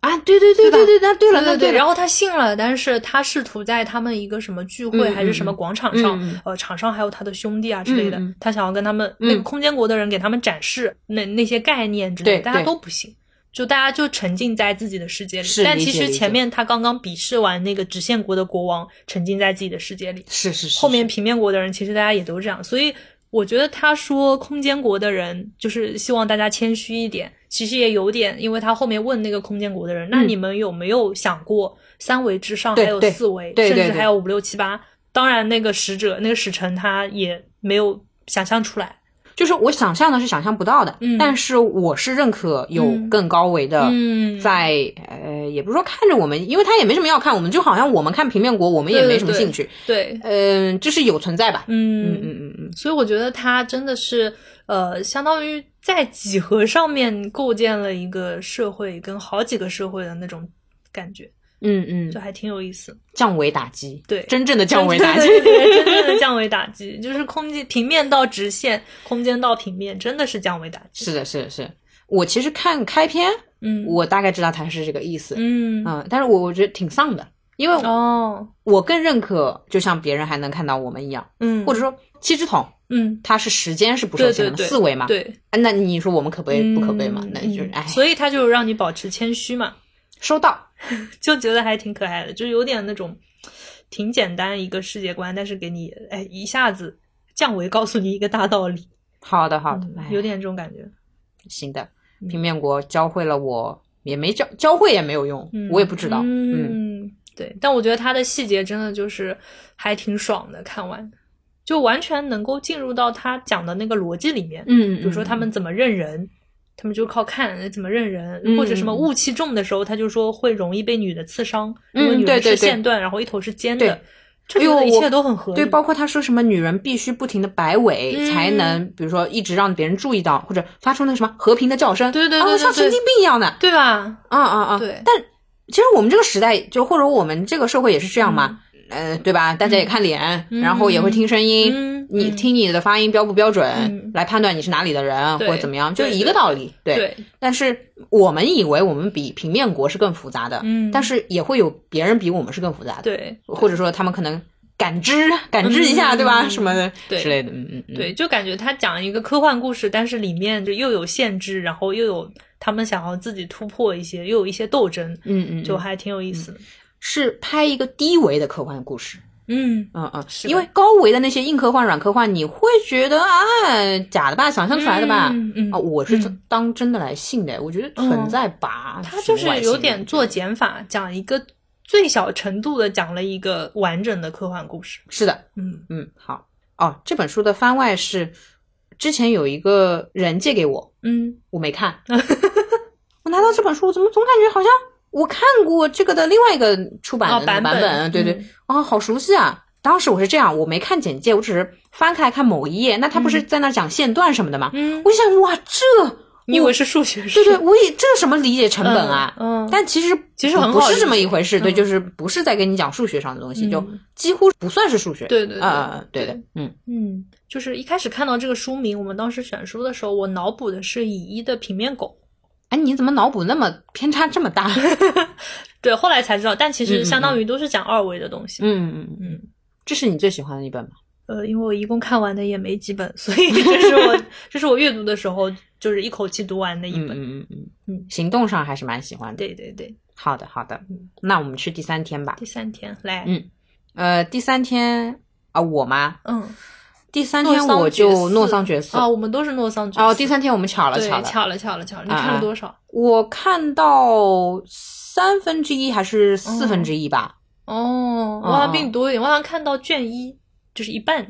B: 啊，对对对
A: 对吧
B: 对对，那对了，
A: 对
B: 那对了，
A: 然后他信了，但是他试图在他们一个什么聚会
B: 嗯
A: 还是什么
B: 嗯
A: 广场上，
B: 嗯嗯
A: 呃，场上还有他的兄弟啊之类的，
B: 嗯嗯
A: 他想要跟他们、
B: 嗯
A: 那个空间国的人给他们展示那那些概念之类
B: 对
A: 的，大家
B: 对
A: 都不信。就大家就沉浸在自己的世界里
B: 是，
A: 但
B: 理
A: 其
B: 解
A: 实
B: 理
A: 前
B: 解
A: 面他刚刚鄙视完那个直线国的国王，沉浸在自己的世界里，
B: 是是是，
A: 后面
B: 是
A: 平面国的人，其实大家也都这样，所以我觉得他说空间国的人，就是希望大家谦虚一点，其实也有点，因为他后面问那个空间国的人，那
B: 嗯
A: 你们有没有想过三维之上
B: 对
A: 还有
B: 对
A: 四维，
B: 对对
A: 甚至
B: 对
A: 还有五六七八？当然，那个使者那个使臣他也没有想象出来，
B: 就是我想象的是想象不到的，
A: 嗯
B: 但是我是认可有
A: 嗯
B: 更高维的，
A: 嗯，
B: 呃在呃，也不是说看着我们，因为他也没什么要看我们，就好像我们看平面国，我们也
A: 对对
B: 没什么
A: 对
B: 兴趣。
A: 对，
B: 嗯、就是有存在吧。嗯
A: 嗯
B: 嗯嗯嗯，
A: 所以我觉得他真的是，呃，相当于在几何上面构建了一个社会跟好几个社会的那种感觉，
B: 嗯嗯
A: 就，还挺有意思。
B: 降维打击，
A: 对
B: 真正的降维
A: 真
B: 打击
A: 对。对对对真正的降维打击，就是空间平面到直线，空间到平面，真的是降维打击。
B: [LAUGHS] 是的，是的，是的。我其实看开篇，
A: 嗯，
B: 我大概知道他是这个意思，
A: 嗯
B: 嗯，但是我我觉得挺丧的，因为
A: 哦
B: 我更认可，就像别人还能看到我们一样，
A: 嗯，
B: 或者说七只桶，
A: 嗯
B: 它是时间是不受
A: 对
B: 限
A: 对
B: 的，
A: 对
B: 四维嘛，
A: 对，
B: 啊那你说我们可悲不可悲嘛
A: 嗯？
B: 那就是
A: 嗯
B: 哎，
A: 所以他就让你保持谦虚嘛，
B: 收到，
A: 就觉得还挺可爱的，就是有点那种挺简单一个世界观，但是给你哎一下子降维告诉你一个大道理，
B: 好的好的
A: 嗯，
B: 哎
A: 有点这种感觉。
B: 行的，
A: 嗯
B: 平面国教会了我，也没教教会也没有用，
A: 嗯
B: 我也不知道。嗯，
A: 嗯，对，但我觉得它的细节真的就是还挺爽的，看完就完全能够进入到他讲的那个逻辑里面。
B: 嗯，
A: 比如说他们怎么认人，他们就靠看怎么认人，
B: 嗯
A: 或者什么
B: 嗯嗯
A: 雾气重的时候，他就说会容易被女的刺伤，
B: 嗯
A: 因为女
B: 对
A: 人
B: 对
A: 是
B: 对
A: 线段，然后一头是尖
B: 对
A: 的，这
B: 哎呦
A: 个一
B: 我
A: 切都很合理。
B: 对，包括他说什么女人必须不停的摆尾、
A: 嗯
B: 才能，比如说一直让别人注意到，或者发出那什么和平的叫声，
A: 对对
B: 啊
A: 对对
B: 像神
A: 对
B: 经病一样的，
A: 对吧？
B: 啊啊啊！
A: 对
B: 但其实我们这个时代，就或者我们这个社会也是这样嘛，呃，对吧？大家也看脸，
A: 嗯
B: 然后也会听声音，
A: 嗯
B: 你
A: 嗯
B: 听你的发音标不标准，
A: 嗯
B: 来判断你是哪里的人啊或
A: 对
B: 者怎么样，就
A: 对
B: 一个道理，对。
A: 对，
B: 但是我们以为我们比平面国是更复杂的，
A: 嗯
B: 但是也会有别人比我们是更复杂的，，
A: 对
B: 或者说他们可能感知感知一下，
A: 嗯
B: 对吧？
A: 嗯
B: 什么的
A: 对
B: 之类的，嗯嗯嗯，
A: 对，就感觉他讲一个科幻故事，但是里面就又有限制，然后又有他们想要自己突破一些，又有一些斗争，
B: 嗯，嗯嗯，
A: 就还挺有意思的。
B: 是拍一个低维的科幻故事，
A: 嗯，
B: 嗯嗯，
A: 是的
B: 因为高维的那些硬科幻、软科幻，你会觉得啊，假的吧，想象出来的吧？
A: 嗯嗯
B: 啊，我是
A: 嗯
B: 当真的来信的，我觉得存在吧。
A: 他就是有点做
B: 假。
A: 减法，讲一个最小程度的讲了一个完整的科幻故事。
B: 是的，
A: 嗯
B: 嗯，好哦。这本书的番外是之前有一个人借给我，
A: 嗯
B: 我没
A: [LAUGHS]
B: 看。我拿到这本书，我怎么总感觉好像我看过这个的另外一个出版
A: 啊
B: 的
A: 版
B: 版
A: 本
B: 对对
A: 嗯，
B: 啊，好熟悉啊！当时我是这样，我没看简介，我只是翻开来看某一页，那他不是在那讲线段什么的吗？
A: 嗯，
B: 我就想，哇，这
A: 你以为是数学
B: 对
A: 是
B: 对，我也这什么理解成
A: 嗯
B: 本啊？
A: 嗯，
B: 但其实
A: 其实很
B: 不
A: 好理
B: 是
A: 解
B: 这么一回事，对，
A: 嗯
B: 就是不是在跟你讲数学上的东西，
A: 嗯
B: 就几乎不算是数学。
A: 对对对
B: 啊、对的，嗯
A: 嗯，就是一开始看到这个书名，我们当时选书的时候，我脑补的是乙一的平面狗。
B: 哎，你怎么脑补那么偏差这么大？ [LAUGHS]
A: 对，后来才知道，但其
B: 嗯嗯
A: 实
B: 嗯
A: 相当于都是讲二维的东西。
B: 嗯，
A: 嗯，
B: 这是你最喜欢的一本吗？
A: 呃，因为我一共看完的也没几本，所以这是
B: [LAUGHS]
A: 我这是我阅读的时候就是一口气读完的一
B: 嗯
A: 本。
B: 嗯嗯嗯
A: 嗯，
B: 行动上还是蛮喜欢的。
A: 对对对，
B: 好的好的
A: 嗯，
B: 那我们去第三天吧
A: 第。三天来，
B: 嗯呃，第三天啊、我吗？
A: 嗯
B: 第三天
A: 诺桑
B: 我
A: 觉
B: 就
A: 寺
B: 诺桑角色
A: 啊，我们都是诺桑角
B: 哦，
A: 色
B: 第三天我们巧了啊
A: 对
B: 巧了，
A: 巧了巧了巧了，你
B: 啊
A: 看
B: 啊
A: 了多少？
B: 我看到三分之一还是四分之一吧。
A: 哦，我好像比你多一点，我好像看到卷一就是一半。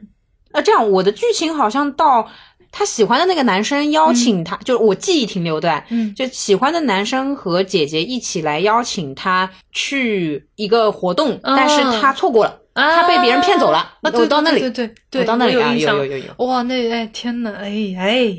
B: 啊，这样我的剧情好像到他喜欢的那个男生邀请他，就是我记忆停留在，
A: 嗯
B: 就喜欢的男生和姐姐一起来邀请他去一个活动，
A: 嗯
B: 但是他错过了，
A: 啊，
B: 他被别人骗走了。
A: 啊，对
B: 我到那里，
A: 对对对对，
B: 我到那里
A: 有
B: 啊，
A: 印
B: 有有
A: 象。
B: 有有
A: 哇，那哎天呐，哎哎，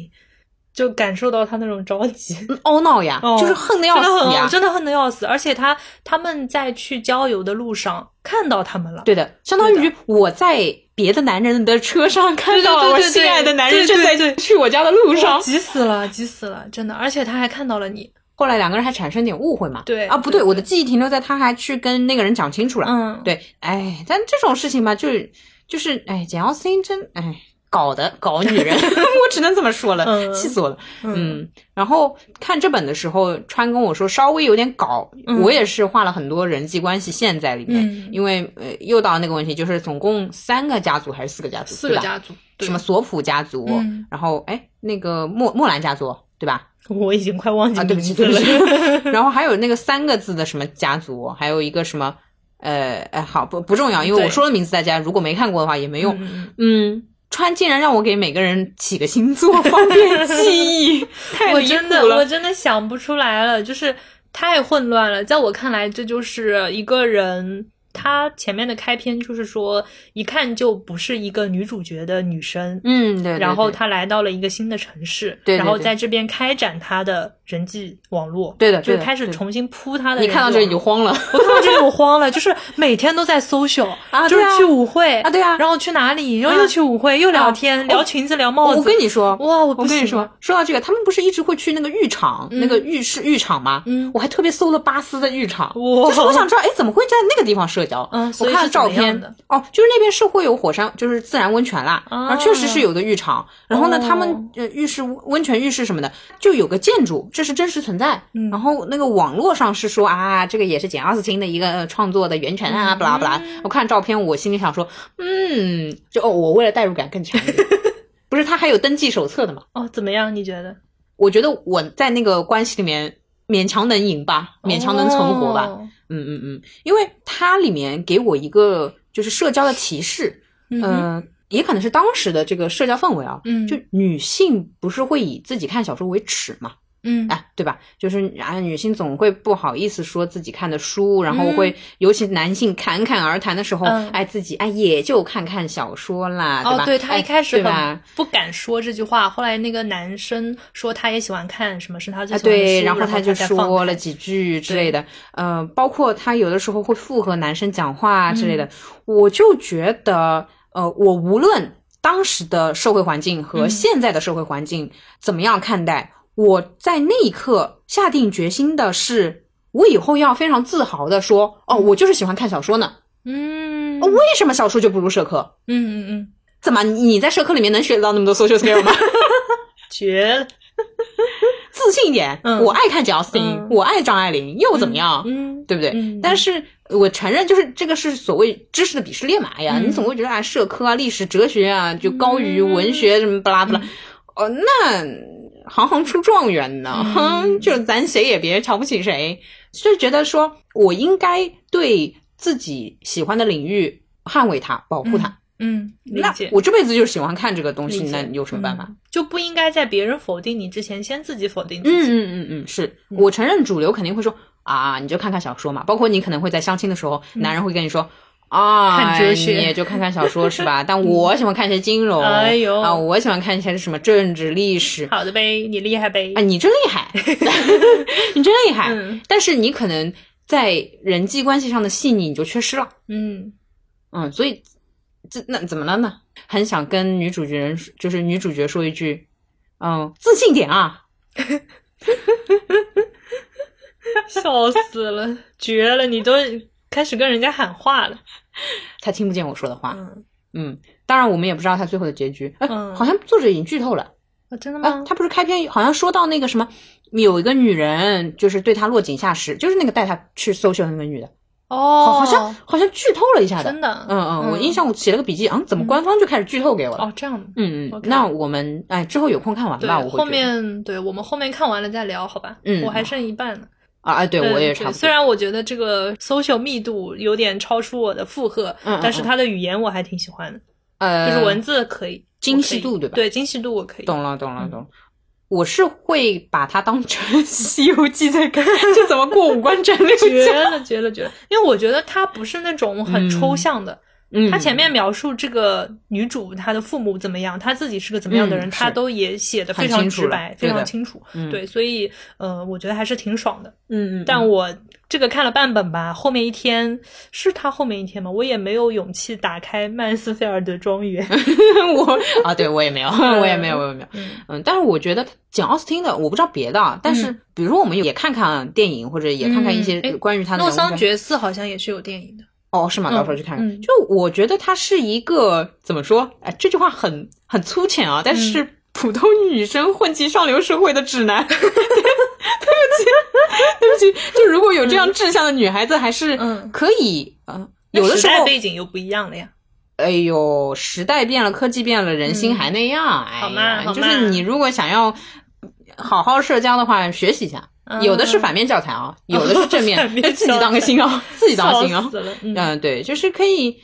A: 就感受到他那种着急，
B: 嗯懊恼呀，
A: 哦
B: 就是恨的
A: 真
B: 要
A: 的
B: 死
A: 很
B: 呀。
A: 真的恨得要死。而且他他们在去郊游的路上看到他们了，
B: 对的，相当
A: 对
B: 于我在别的男人的车上看到
A: 对对
B: 我
A: 对对
B: 心爱的男人
A: 对
B: 正
A: 对
B: 在去我家的路
A: 哇
B: 上。
A: 急死了，急死了，真的。而且他还看到了你，
B: 后来两个人还产生点误会嘛？
A: 对
B: 啊，不
A: 对
B: 对，
A: 对
B: 我的记忆停留在他还去跟那个人讲清楚了。
A: 嗯，
B: 对，哎，但这种事情吧，就是就是，哎，简奥斯汀真哎搞的搞女
A: [LAUGHS]
B: 人，我只能这么说了，
A: 嗯
B: 气死我了。
A: 嗯，
B: 嗯，然后看这本的时候，川跟我说稍微有点搞，
A: 嗯
B: 我也是画了很多人际关系线在里面，
A: 嗯
B: 因为呃又到那个问题，就是总共三个家族还是四个家族？
A: 四个
B: 对吧
A: 家族，对
B: 什么？索普家族，
A: 嗯
B: 然后哎那个莫莫兰家族对吧？
A: 我已经快忘记
B: 啊对不起
A: 名字
B: 对不
A: 了。 [LAUGHS]
B: 然后还有那个三个字的什么家族，还有一个什么，呃，哎，好不不重要，因为
A: 对
B: 我说了名字，大家如果没看过的话也没用。
A: 嗯
B: 嗯，川竟然让我给每个人起个星座，方便记
A: [LAUGHS]
B: 忆，太
A: 我
B: 离
A: 真的
B: 谱
A: 我
B: 了。
A: 真的想不出来了，就是太混乱了。在我看来，这就是一个人。他前面的开篇就是说，一看就不是一个女主角的女生，
B: 嗯，对对对
A: 然后她来到了一个新的城市，
B: 对对
A: 然后
B: 对
A: 在这边开展她的人际网络，
B: 对的
A: 就
B: 对
A: 是
B: 的
A: 开始
B: 对的
A: 重新铺她的
B: 你
A: 人际
B: 看
A: 网络。
B: 到这里你就慌了
A: [LAUGHS] 我看到这里我慌了，就是每天都在 social，
B: [LAUGHS] 啊
A: 就是
B: 对啊
A: 去舞会
B: 啊！对啊，
A: 然后去哪里，然后
B: 啊
A: 又去舞会，又聊天，
B: 哦
A: 聊裙子，聊帽
B: 我
A: 子。
B: 跟你说，
A: 哇，我不
B: 我跟你
A: 行
B: 说，，说到这个，他们不是一直会去那个浴场，
A: 嗯
B: 那个浴室浴场吗？
A: 嗯
B: 我还特别搜了巴斯的浴场，
A: 哇
B: 就是我想知道，哎，怎么会在那个地方社交？
A: 嗯
B: 我
A: 所以
B: 看了
A: 是怎么
B: 照
A: 样
B: 片
A: 的，
B: 哦，就是那边是会有火山，就是自然温泉啦，
A: 啊
B: 然后确实是有一个浴场，然后呢，
A: 哦
B: 他们呃浴室温泉浴室什么的，就有个建筑，这是真实存在。
A: 嗯
B: 然后那个网络上是说啊，这个也是简奥斯汀的一个呃创作的源泉啊，不啦不啦。
A: 嗯
B: 我看照片，我心里想说，嗯，就哦，我为了代入感更强一点。 [LAUGHS] 不是，他还有登记手册的嘛？
A: 哦，怎么样？你觉得？
B: 我觉得我在那个关系里面勉强能赢吧，勉强能存活吧。
A: 哦
B: 嗯嗯嗯，因为它里面给我一个就是社交的提示，
A: 嗯
B: 嗯、
A: 哼
B: 也可能是当时的这个社交氛围啊。
A: 嗯，
B: 就女性不是会以自己看小说为耻嘛？
A: 嗯
B: 哎，对吧？就是啊，女性总会不好意思说自己看的书，然后会，尤其男性侃侃而谈的时候，
A: 嗯
B: 哎，自己哎也就看看小说啦，对
A: 哦，
B: 吧？
A: 对他
B: 哎
A: 一开始
B: 对吧
A: 很？不敢说这句话，后来那个男生说他也喜欢看什么是他最喜欢
B: 啊，
A: 的书，
B: 对，
A: 然
B: 后他就
A: 才放
B: 说了
A: 开
B: 几句之类的，呃，包括他有的时候会附和男生讲话啊之类
A: 嗯
B: 的，我就觉得，呃，我无论当时的社会环境和
A: 嗯
B: 现在的社会环境怎么样看待，我在那一刻下定决心的是，我以后要非常自豪的说，哦，我就是喜欢看小说呢，
A: 嗯，
B: 哦，为什么小说就不如社科？
A: 嗯嗯嗯，
B: 怎么你在社科里面能学到那么多 social skill 吗？ [LAUGHS]
A: 绝了，
B: 自信一点，
A: 嗯
B: 我爱看贾斯汀，
A: 嗯
B: 我爱张爱玲，又怎么样？
A: 嗯
B: 啊对不对？
A: 嗯
B: 但是我承认，就是这个是所谓知识的鄙视链嘛。哎呀，
A: 嗯
B: 你总会觉得啊，社科啊、历史、哲学啊，就高于文学什么巴拉巴拉。
A: 嗯
B: 哦，那行行出状元呢，
A: 嗯
B: 哼，就咱谁也别瞧不起谁，就觉得说我应该对自己喜欢的领域捍卫它、保护它。
A: 嗯，理
B: 那
A: 解。
B: 我这辈子就是喜欢看这个东西，
A: 理解
B: 那你有什么办法？
A: 嗯就不应该在别人否定你之前，先自己否定自
B: 嗯
A: 己。
B: 嗯嗯嗯，是我承认主流肯定会说啊，你就看看小说嘛。包括你可能会在相亲的时候，男人会跟你说。啊，
A: 看嗯哲学
B: 你也就看看小说
A: [LAUGHS]
B: 是吧？但我喜欢看一些金融，
A: 哎呦嗯
B: 啊，我喜欢看一些什么政治历史
A: 好的呗，你厉害呗
B: 啊，。你真厉
A: [LAUGHS]
B: 害，你真厉害。
A: 嗯
B: 但是你可能在人际关系上的细腻你就缺失了，
A: 嗯
B: 嗯，所以这那怎么了呢？很想跟女主角人说，就是女主角说一句，嗯，自信点啊，
A: 笑死了，绝了！你都开始跟人家喊话了。
B: 他听不见我说的话。
A: 嗯
B: 嗯，当然我们也不知道他最后的结局。哎，
A: 嗯
B: 好像作者已经剧透了。
A: 啊，真的
B: 哎，
A: 吗？
B: 他不是开篇好像说到那个什么，有一个女人就是对他落井下石，就是那个带他去搜寻那个女的，
A: 哦，
B: 好，好像好像剧透了一下
A: 真
B: 的。
A: 的。
B: 嗯嗯，我
A: 嗯
B: 印象我写了个笔记，嗯，怎么官方就开始剧透给我了？
A: 哦，这样的。
B: 嗯嗯，
A: OK
B: 那我们哎之后有空看完
A: 对，
B: 吧，我会觉
A: 后
B: 得
A: 面对我们后面看完了再聊，好吧？
B: 嗯
A: 我还剩一半呢。
B: 啊，哎，对我也差
A: 对
B: 不多。
A: 虽然我觉得这个 social 密度有点超出我的负荷，
B: 嗯嗯
A: 但是它的语言我还挺喜欢的，
B: 呃，
A: 就是文字可以，
B: 精细
A: 我
B: 度
A: 可以
B: 对吧
A: 对，精细度我可以。
B: 懂了，懂了，
A: 嗯
B: 懂了。我是会把它当成 [LAUGHS] 《西游记》在看， [LAUGHS] 就怎么过五关斩六
A: 绝
B: 将。
A: 了，绝了，绝了！因为我觉得它不是那种很抽象的，
B: 嗯，
A: 它前面描述这个女主她的父母怎么样，她自己是个怎么样的人，
B: 嗯
A: 她
B: 是
A: 都也写的非
B: 很
A: 常
B: 清楚
A: 直
B: 了
A: 白，非
B: 对的
A: 常清楚。
B: 嗯
A: 对，所以呃，我觉得还是挺爽的。
B: 嗯嗯，
A: 但
B: 我
A: 我这个看了半本吧，后面一天是他后面一天吗？我也没有勇气打开曼斯菲尔德庄园。
B: 我 [LAUGHS] 啊，对我也没有，我也没有，我也没有。
A: 嗯
B: 嗯，但是我觉得讲奥斯汀的，我不知道别的啊，但是比如说我们也看看电影，或者也看看一些
A: 嗯哎
B: 关于他的
A: 诺
B: 人物
A: 桑
B: 传
A: 觉寺好像也是有电影的，
B: 哦，是吗？
A: 嗯
B: 到时候去看看。
A: 嗯
B: 就我觉得她是一个怎么说？哎，这句话很很粗浅
A: 嗯
B: 啊，但是普通女生混迹上流社会的指
A: [LAUGHS]
B: 南。对不起， [LAUGHS] 对不起，就如果有这样志向的女孩子，还是
A: 嗯
B: 可以，嗯，有的
A: 时
B: 时
A: 代
B: 候，
A: 背景又不一样了呀。
B: 哎呦，时代变了，科技变了，人心
A: 嗯
B: 还那样，哎呀，
A: 好嘛好
B: 就是
A: 嘛
B: 你如果想要好好社交的话，学习一下，有的是反面教材啊，有的是正面
A: 嗯 [LAUGHS] 反，面
B: 就自己当
A: 教材
B: 个心啊，自己
A: 笑
B: 当个心啊，
A: 死了，嗯，
B: 嗯，对，就是可以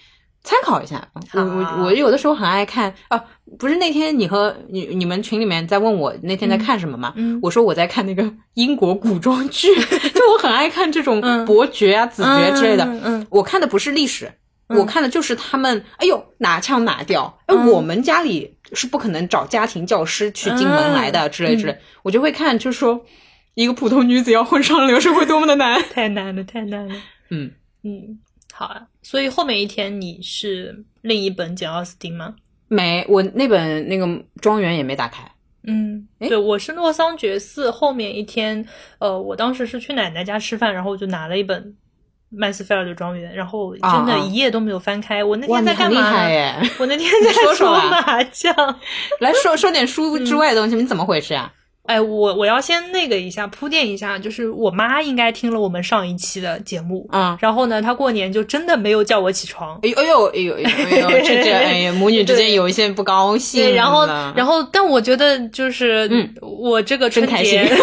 B: 参考一下。我
A: 好
B: 我我有的时候很爱看啊，不是那天你和你你们群里面在问我那天在看什么吗？
A: 嗯
B: 我说我在看那个英国古装剧， [LAUGHS] 就我很爱看这种
A: 嗯
B: 伯爵啊、子爵之类的。
A: 嗯嗯
B: 我看的不是历史，
A: 嗯
B: 我看的就是他们，哎呦哪腔哪调，哎、
A: 嗯
B: 我们家里是不可能找家庭教师去进门来
A: 嗯
B: 的、之类之类，我就会看，就是说一个普通女子要混上流社会多么的
A: [LAUGHS]
B: 难。
A: 太难了，太难了。
B: 嗯，
A: 嗯，好啊。所以后面一天你是另一本简奥斯汀吗？
B: 没，我那本那个庄园也没打开。
A: 嗯，
B: 诶
A: 对，我是诺桑觉寺后面一天，呃，我当时是去奶奶家吃饭，然后我就拿了一本曼斯菲尔德庄园，然后真
B: 啊
A: 的
B: 啊
A: 一页都没有翻开。我那
B: 哇，
A: 天在
B: 你很
A: 干
B: 厉
A: 嘛
B: 害
A: 呢？
B: 耶！
A: [LAUGHS] 我那
B: [LAUGHS]
A: 天在
B: 说说
A: 搓
B: 啊
A: 麻将。
B: 来说说点书
A: 嗯
B: 之外的东西，你怎么回事啊？
A: 哎，我我要先那个一下，铺垫一下，就是我妈应该听了我们上一期的节目，
B: 啊、
A: [LAUGHS] 然后呢，她过年就真的没有叫我起床。
B: 哎呦哎呦哎呦哎呦，这这哎呀，母女之间有一些不高兴啊了。
A: 对，然后，然后，但我觉得就是，
B: 嗯
A: 我这个春
B: 真开
A: 节
B: 心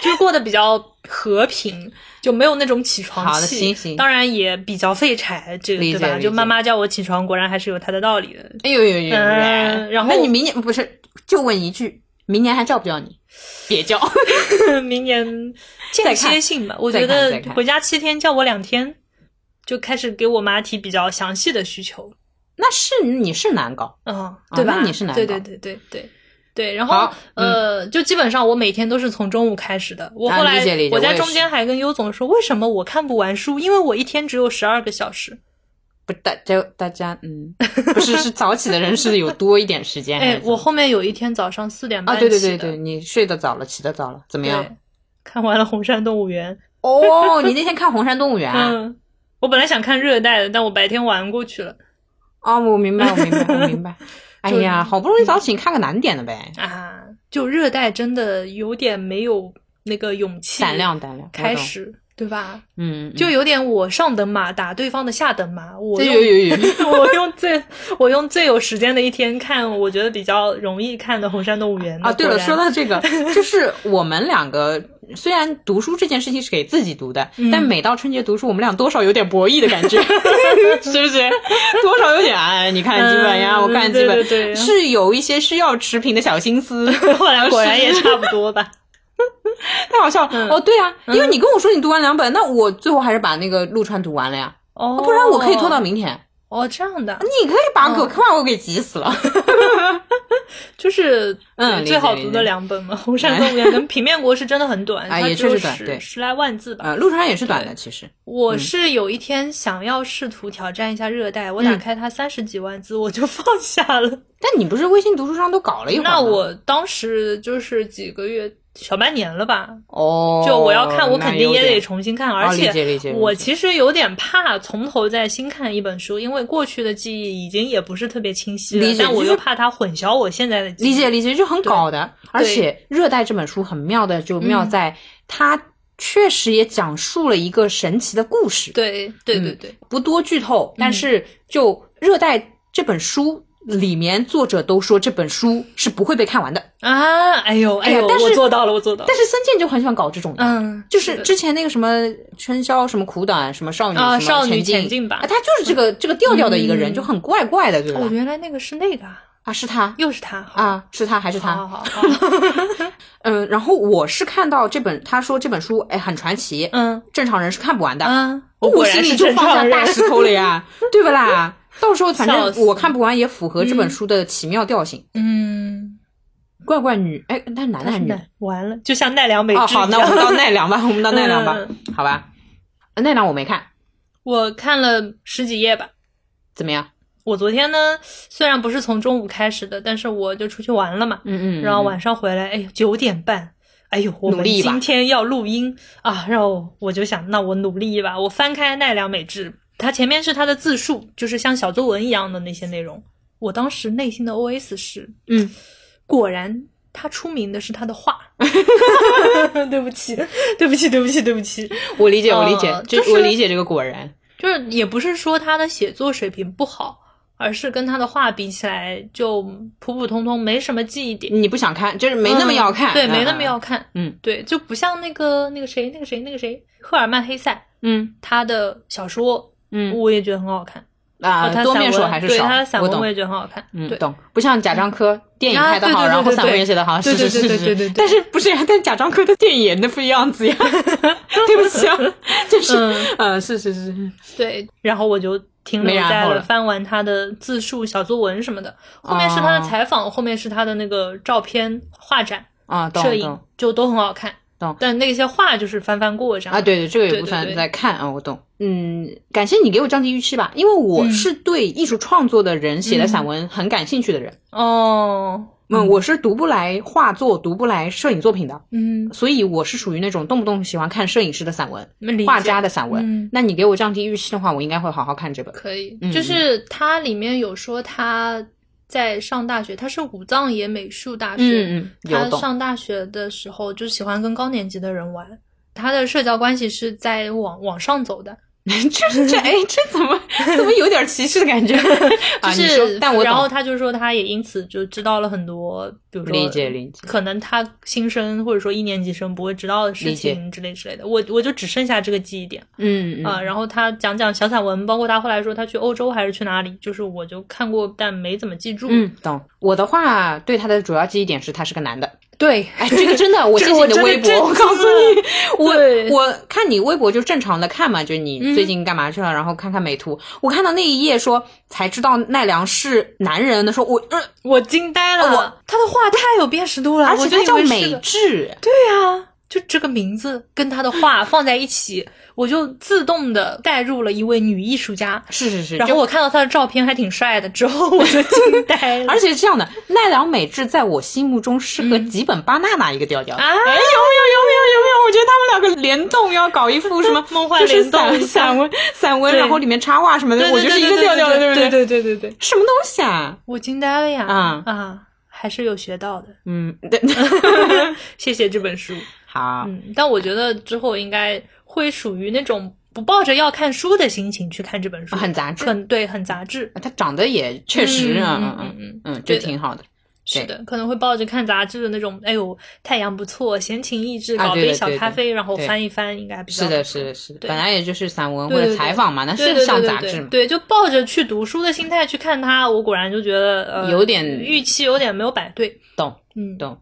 A: 就是过得比较和平，就没有那种起床气。
B: 好的行行
A: 当然也比较废柴，这个
B: 理
A: 对
B: 解
A: 吧？
B: 理
A: 就
B: 解
A: 妈妈叫我起床，果然还是有她的道理的。
B: 哎呦呦呦呦，
A: 嗯然后
B: 那你明年不是就问一句，明年还叫不叫你？别叫，
A: 明年间
B: 再看
A: 歇性吧，我
B: 再
A: 觉
B: 看
A: 得
B: 再看
A: 回家七天叫我两天，就开始给我妈提比较详细的需求。
B: [LAUGHS] 那是你是难搞，
A: 嗯，对吧？
B: 那你是男
A: 对
B: 的
A: 对对对对对。然后
B: 好嗯
A: 呃，就基本上我每天都是从中午开始的。我
B: 啊
A: 后来
B: 理解理解
A: 我在
B: 我也
A: 中
B: 是
A: 间还跟优总说，为什么我看不完书？因为我一天只有十二个小时。
B: 不大家大家嗯，不是是早起的人是有多一点时间。还
A: 哎
B: 是，怎
A: 我
B: 么
A: 后面有一天早上四点半
B: 啊对对
A: 起
B: 对
A: 的
B: 对，你睡得早了，起得早了，怎么
A: 对
B: 样？，
A: 看完了《红山动物园》 [LAUGHS]
B: 哦，你那天看《红山动物 [LAUGHS] 园》啊？
A: 嗯。我本来想看热带的，但我白天玩过去了
B: 哦，我明白，我明白，我明白。
A: [LAUGHS]
B: 哎
A: 就
B: 呀，好不容易早起，你看个难点的呗，
A: 啊！ [LAUGHS] 就热带真的有点没有那个勇气，
B: 胆量胆量。我
A: 开
B: 懂，
A: 始对吧？
B: 嗯，
A: 就有点我上等马打对方的下等马，我
B: 这
A: 用
B: 有有有，
A: [LAUGHS] 我用最我用最有时间的一天看，我觉得比较容易看的《红山动物园》
B: 啊，对了，
A: 果然
B: 说到
A: [LAUGHS]
B: 这个，就是我们两个虽然读书这件事情是给自己读的，
A: 嗯
B: 但每到春节读书，我们俩多少有点博弈的感觉， [LAUGHS] 是不是？ [LAUGHS] 多少有点哎，你看几本呀，
A: 嗯
B: 我看几
A: 对
B: 本，
A: 对对
B: 是有一些需要持平的小
A: [LAUGHS]
B: 心思。
A: 后来果然也差不多吧。
B: 太好笑
A: 嗯
B: 了。哦，对啊，因为你跟我说你读完两本，那我最后还是把那个《陆川》读完了呀，
A: 哦，
B: 不然我可以拖到明天。
A: 哦这样的，
B: 你可以把
A: 嗯
B: 我把我给急死了。
A: 就是呃
B: 嗯理解
A: 最
B: 哎
A: 好读的两本嘛，《红山动物园》跟《平面国》是真的很短，
B: [LAUGHS] 啊
A: 它
B: 也
A: 只有
B: 确实短
A: 十
B: 对
A: 十来万字吧。
B: 呃，陆川也是短的，其实。
A: 我是有一天想要试图挑战一下热带，
B: 嗯
A: 我打开它三十几万字，我就放下了。
B: 但你不是微信读书上都搞了一会儿吗？
A: 那我当时就是几个月小半年了吧，
B: 哦，
A: 就我要看，我
B: 那
A: 肯定也
B: 有点
A: 得重新看，
B: 啊
A: 而
B: 理解理解
A: 且
B: 理解
A: 我其实有点怕从头再新看一本书，因为过去的记忆已经也不是特别清晰了
B: 理，解
A: 但我
B: 就
A: 又
B: 是
A: 怕它混淆我现在的记忆。
B: 理解理解，就很搞的。而且《热带》这本书很妙的，就妙
A: 嗯
B: 在、它确实也讲述了一个神奇的故事，
A: 对对对
B: 嗯
A: 对，
B: 不多剧透，但是就《热带》这本书。里面作者都说这本书是不会被看完的，
A: 啊，哎呦，哎
B: 呀
A: 呦，
B: 但是
A: 我做到了，我做到了
B: 但。是森健就很喜欢搞这种的。
A: 嗯，
B: 就是
A: 的
B: 之前那个什么春宵什么苦短什么少女
A: 啊
B: 什么
A: 少女
B: 前
A: 前进吧
B: 啊，他就是这个这个调调的一个人，
A: 嗯
B: 就很怪怪的，对吧
A: 哦，？原来那个是那个啊，
B: 啊，是他
A: 又是他，好，
B: 啊，是他还是他？
A: 好好好，
B: [LAUGHS]
A: 好
B: 嗯，然后我是看到这本，他说这本书哎很传奇，
A: 嗯
B: 正常人是看不完的。
A: 嗯，
B: 我
A: 果
B: 心
A: 然
B: 里
A: 是
B: 就
A: 正
B: 放下
A: 常
B: 大
A: 人，
B: 石头了呀， [LAUGHS] 对不啦？到时候反
A: 笑
B: 正
A: 死
B: 我看不完也符合这本书的奇妙调性。
A: 嗯，
B: 怪怪女，哎，那是男的还是
A: 真
B: 女的？
A: 的完了，就像奈良美智
B: 哦，
A: 一
B: 好，
A: 样。
B: 那我们到奈
A: [LAUGHS]
B: 良吧，我们到奈良吧，
A: 嗯
B: 好吧？奈良我没看，
A: 我看了十几页吧。
B: 怎么样？
A: 我昨天呢，虽然不是从中午开始的，但是我就出去玩了嘛，
B: 嗯嗯，
A: 然后晚上回来，哎呦，九点半。哎呦，我
B: 努
A: 们
B: 力一把
A: 今天要录音啊！然后我就想，那我努力一把。我翻开奈良美智，它前面是它的自述，就是像小作文一样的那些内容。我当时内心的 OS 是：
B: 嗯，
A: 果然他出名的是他的画。
B: [LAUGHS]
A: [LAUGHS] 对不起，对不起，对不起，对不起。
B: 我理解，我理解
A: 呃，
B: 就
A: 就是
B: 我理解这个果然，
A: 就是也不是说他的写作水平不好，而是跟他的画比起来就普普通通，没什么记忆点，
B: 你不想看，就是嗯没那么要看，
A: 嗯对，
B: 嗯
A: 没那么要，看，
B: 嗯，
A: 对，就不像那个那个谁，那个谁，那个谁，赫尔曼黑塞
B: 嗯
A: 他的小说，
B: 嗯
A: 我也觉得很好看，
B: 啊
A: 哦，他
B: 多
A: 散
B: 面手
A: 文
B: 还是
A: 对
B: 少
A: 他的，散
B: 我
A: 文
B: 懂
A: 我，也觉得很好看，
B: 嗯，
A: 对，
B: 懂，不像贾樟柯电影
A: 啊
B: 拍的
A: 对
B: 好，
A: 对对
B: 然后
A: 对
B: 散文
A: 对
B: 也写的好，
A: 对
B: 是是
A: 对对
B: 是是
A: 对对对对，
B: 是但是不是呀？但贾樟柯的电影演的不一样子呀，对不 [LAUGHS] 起啊，就是
A: 嗯，
B: 呃，是是是，
A: 对，然后我就停
B: 没
A: 留
B: 然
A: 在
B: 后
A: 了
B: 了
A: 翻完他的自述、小作文什么的，后面是他
B: 哦
A: 的采访，后面是他的那个照片画展。
B: 啊，懂
A: 摄影
B: 懂
A: 就都很好看。
B: 懂
A: 但那些画就是翻翻过这样。
B: 啊，对对，这个也
A: 对
B: 不
A: 对
B: 算
A: 对
B: 在看啊，我懂。嗯，感谢你给我降低预期吧，因为我
A: 嗯
B: 是对艺术创作的人写的
A: 嗯
B: 散文很感兴趣的人。
A: 哦，
B: 嗯，我是读不来画作，读不来摄影作品的，
A: 嗯，
B: 所以我是属于那种动不动喜欢看摄影师的散文、
A: 那理解
B: 画家的散文。
A: 嗯
B: 那你给我降低预期的话，我应该会好好看这本。
A: 可以
B: 嗯，
A: 就是它里面有说他在上大学，他是武藏野美术大学，
B: 嗯嗯，有
A: 他
B: 懂。
A: 上大学的时候就喜欢跟高年级的人玩。他的社交关系是在往往上走的，
B: [LAUGHS] 这这哎，这怎么怎么有点歧视的感觉？
A: [LAUGHS] 就
B: 啊，你
A: 是
B: 说，，但我
A: 然后
B: 懂。
A: 他就说，他也因此就知道了很多，比如说
B: 理解理解
A: 可能他新生或者说一年级生不会知道的
B: 理
A: 事
B: 解
A: 情之类之类的。我我就只剩下这个记忆点，
B: 嗯
A: 啊，
B: 嗯
A: 然后他讲讲小散文，包括他后来说他去欧洲还是去哪里，就是我就看过，但没怎么记住。，
B: 嗯，懂。我的话，对他的主要记忆点是他是个男的。
A: 对，
B: 哎，这个真的，我谢
A: [LAUGHS] 这个
B: 谢
A: 我
B: 你的
A: 真的
B: 微博，
A: 震
B: 我
A: 惊
B: 告诉你，
A: [LAUGHS] 对嗯
B: 我我看你微博就正常的看嘛，就你最近干嘛去了，然后看看美图。我看到那一页说才知道奈良是男人的时候，我呃，
A: 我惊呆了，
B: 哦我
A: 他的画太有辨识度了，
B: 而
A: 我
B: 且
A: 就
B: 他
A: 以
B: 叫
A: 为是
B: 美
A: 个
B: 智，
A: 对啊，就这个名字跟他的画放在一起，我就自动的带入了一位女艺术家。
B: 是是是，
A: 然
B: 就
A: 后我看到他的照片还挺帅的，之后我就 [LAUGHS] 惊呆了。
B: 而且是这样的，奈良美智在我心目中是
A: 嗯
B: 和吉本巴娜娜一个调调。
A: 啊
B: 哎，有没有有没有有没有？我觉得他们两个联动要搞一幅什么
A: [LAUGHS] 梦幻
B: 就是
A: 联动
B: 散散文散文，
A: 对
B: 然后里面插画什么的，
A: 对
B: 我
A: 对
B: 就
A: 对
B: 是一
A: 对
B: 个调调的，
A: 对
B: 不
A: 对？对对对对，
B: 什么东西啊？
A: 我惊呆了呀！
B: 啊
A: 啊，还是有学到 [LAUGHS] 的，
B: 嗯，对， [LAUGHS]
A: 谢谢这本书。
B: 好，
A: 嗯，但我觉得之后应该会属于那种不抱着要看书的心情去看这本书，
B: 很杂志，
A: 很对，很杂志。
B: 他长得也确实，嗯
A: 嗯
B: 嗯
A: 嗯
B: 嗯
A: 嗯，
B: 嗯，这
A: 对的
B: 挺好的
A: 是的，可能会抱着看杂志的那种，哎呦，太阳不错，闲情逸致，
B: 啊
A: 搞
B: 对的
A: 杯小
B: 对的
A: 咖啡，然后
B: 对
A: 翻一翻，应该比较
B: 是的，
A: 不错
B: 是的，是的，
A: 对
B: 本来也就是散文或
A: 对对
B: 者
A: 对
B: 采访嘛，那
A: 对
B: 啊是
A: 对对
B: 像
A: 对
B: 杂志
A: 对
B: 嘛，
A: 对，就抱着去读书的心态去看它，我果然就觉得呃
B: 有点
A: 预期有点没有摆对，
B: 懂
A: 嗯， [LAUGHS]
B: 懂。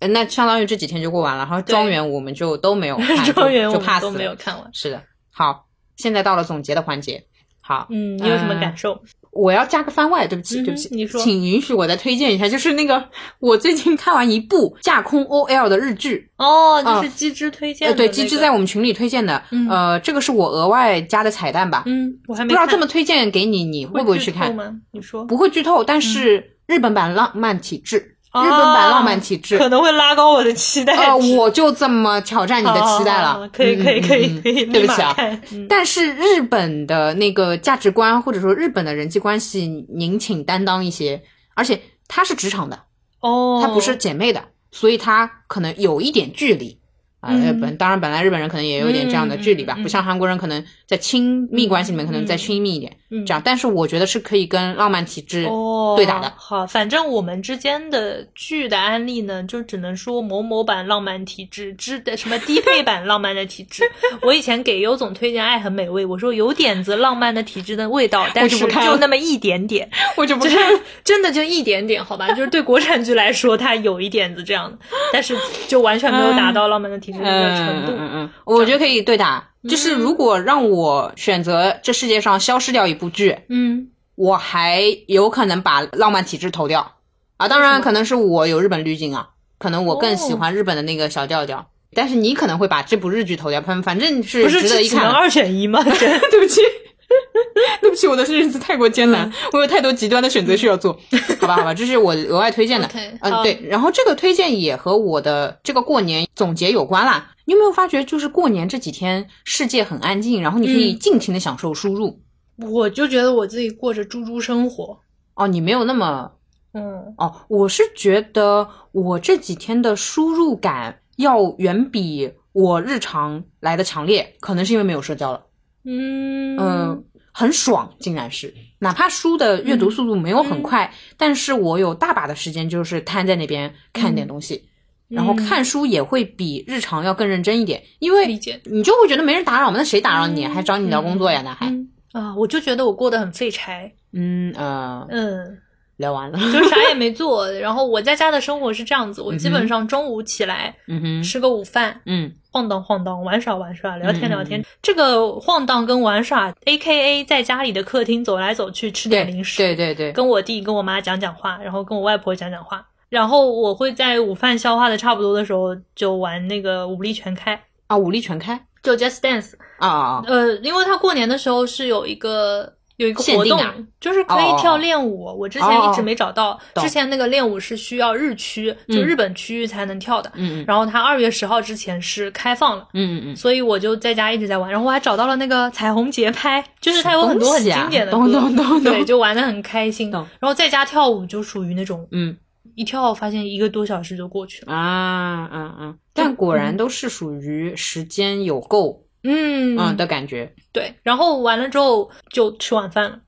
B: 呃那相当于这几天就过完了，然后
A: 对
B: 庄园我们就都没有看，
A: 庄园
B: 就
A: 我
B: 就 pass
A: 们都没有
B: 了
A: 看完，
B: 是的，好，现在到了总结的环节。好，
A: 嗯，你有什么
B: 嗯
A: 感受？
B: 我要加个番外，对不起，
A: 嗯哼
B: 对不起，
A: 你说
B: 请允许我再推荐一下，就是那个 [LAUGHS] 我最近看完一部架空 OL 的日剧，
A: 哦，
B: 啊
A: 就是机制推荐
B: 呃，
A: 的那个，
B: 对，机智在我们群里推荐的，
A: 嗯
B: 呃，这个是我额外加的彩蛋吧，
A: 嗯，我还
B: 不
A: 没
B: 知道
A: 看
B: 这么推荐给你，你会不会去
A: 剧透
B: 看？
A: 吗？你说
B: 不会剧透，但是日本版浪漫体质，
A: 啊
B: 日本版浪漫体质，
A: 可能会拉高我的期待值。
B: 呃，我就这么挑战你的期待
A: 好好好
B: 了
A: 啊好，可以
B: 嗯
A: 可以可
B: 嗯
A: 以
B: 嗯
A: 可以，立
B: 对不
A: 马
B: 起啊。
A: 看嗯
B: 但是日本的那个价值观，或者说日本的人际关系，您请担当一些。而且它是职场的，
A: 哦，
B: 她不是姐妹的，所以她可能有一点距离啊。
A: 嗯
B: 日本当然本来日本人可能也有点这样的距离吧，
A: 嗯嗯嗯
B: 不像韩国人可能在亲密关系里面可能再
A: 嗯
B: 亲密一点。
A: 嗯
B: 这样，但是我觉得是可以跟浪漫体质
A: 哦，
B: 对打的
A: 好，反正我们之间的剧的案例呢，就只能说某某版浪漫体质之的什么低配版浪漫的体质。 [LAUGHS] 我以前给优总推荐《爱很美味》，我说有点子浪漫的体质的味道，但是
B: 不看
A: 就
B: 了
A: 那么一点
B: [LAUGHS]
A: 点，
B: 我就不
A: 就是
B: 看了。
A: 真的就一点点，好吧？就是对国产剧来说，它有一点子这样的，但是就完全没有达到浪漫的体质的程
B: 嗯
A: 度。嗯
B: 嗯嗯嗯，我觉得可以对打。就是如果让我选择这世界上消失掉一部剧，
A: 嗯，
B: 我还有可能把浪漫体质投掉啊。当
A: 为什
B: 然，
A: 么
B: 可能是我有日本滤镜啊，可能我更
A: 哦
B: 喜欢日本的那个小调调。但是你可能会把这部日剧投掉，反反正是
A: 不是
B: 值得
A: 只
B: 一
A: 只能
B: 看的。
A: 二选一吗？ [LAUGHS] 真
B: 啊 [LAUGHS] 对不起， [LAUGHS] 对不起，我的日子太过艰难，我有太多极端的选择需要做。嗯 [LAUGHS] 好吧，好吧，这是我额外推荐的。
A: OK，
B: 嗯、
A: 好
B: 对，然后这个推荐也和我的这个过年总结有关啦。你有没有发觉，就是过年这几天世界很安静，然后你可以
A: 嗯
B: 尽情的享受输入、
A: 我就觉得我自己过着猪猪生活。
B: 哦，你没有那么
A: 嗯，
B: 哦，我是觉得我这几天的输入感要远比我日常来的强烈，可能是因为没有社交了。
A: 嗯嗯
B: 嗯，很爽，竟然是，哪怕书的阅读速度没有很快，但是我有大把的时间，就是瘫在那边看点东西，然后
A: 嗯
B: 看书也会比日常要更认真一点，因为
A: 理解
B: 你就会觉得没人打扰嘛，那谁打扰你？
A: 嗯
B: 还找你聊工作呀？那还，
A: 嗯啊，我就觉得我过得很废柴，
B: 嗯呃，
A: 嗯，
B: 聊完
A: [LAUGHS]
B: 了，
A: 就是啥也没做。然后我在家的生活是这样子，我基
B: 嗯
A: 本
B: 哼
A: 上中午起来
B: 嗯哼，
A: 吃个午饭，
B: 嗯
A: 晃荡晃荡，玩耍玩耍，聊天聊天。
B: 嗯
A: 这个晃荡跟玩耍，A K A 在家里的客厅走来走去，吃
B: 对
A: 点零食，
B: 对对对，
A: 跟我弟跟我妈讲讲话，然后跟我外婆讲讲话。然后我会在午饭消化的差不多的时候，就玩那个武力全开，
B: 啊，武力全开
A: 就 Just Dance。
B: 啊啊啊，
A: 呃，因为他过年的时候是有一个有一个
B: 限
A: 活
B: 定
A: 动，
B: 啊
A: 就是可以跳练舞。我之前一直没找到，
B: 哦懂
A: 之前那个练舞是需要日区，就
B: 嗯
A: 日本区域才能跳的。
B: 嗯嗯
A: 然后他二月十号之前是开放了。
B: 嗯嗯嗯，
A: 所以我就在家一直在玩，然后我还找到了那个彩虹节拍，就是它有很多很经典的歌，
B: 什么东西啊懂懂懂懂
A: 对，就玩的很开心。
B: 懂
A: 然后在家跳舞就属于那种
B: 嗯
A: 一跳发现一个多小时就过去了，
B: 啊啊啊，但果然都是属于时间有够
A: 嗯
B: 嗯的感觉。 [LAUGHS]
A: 对。然后完了之后就吃晚饭了，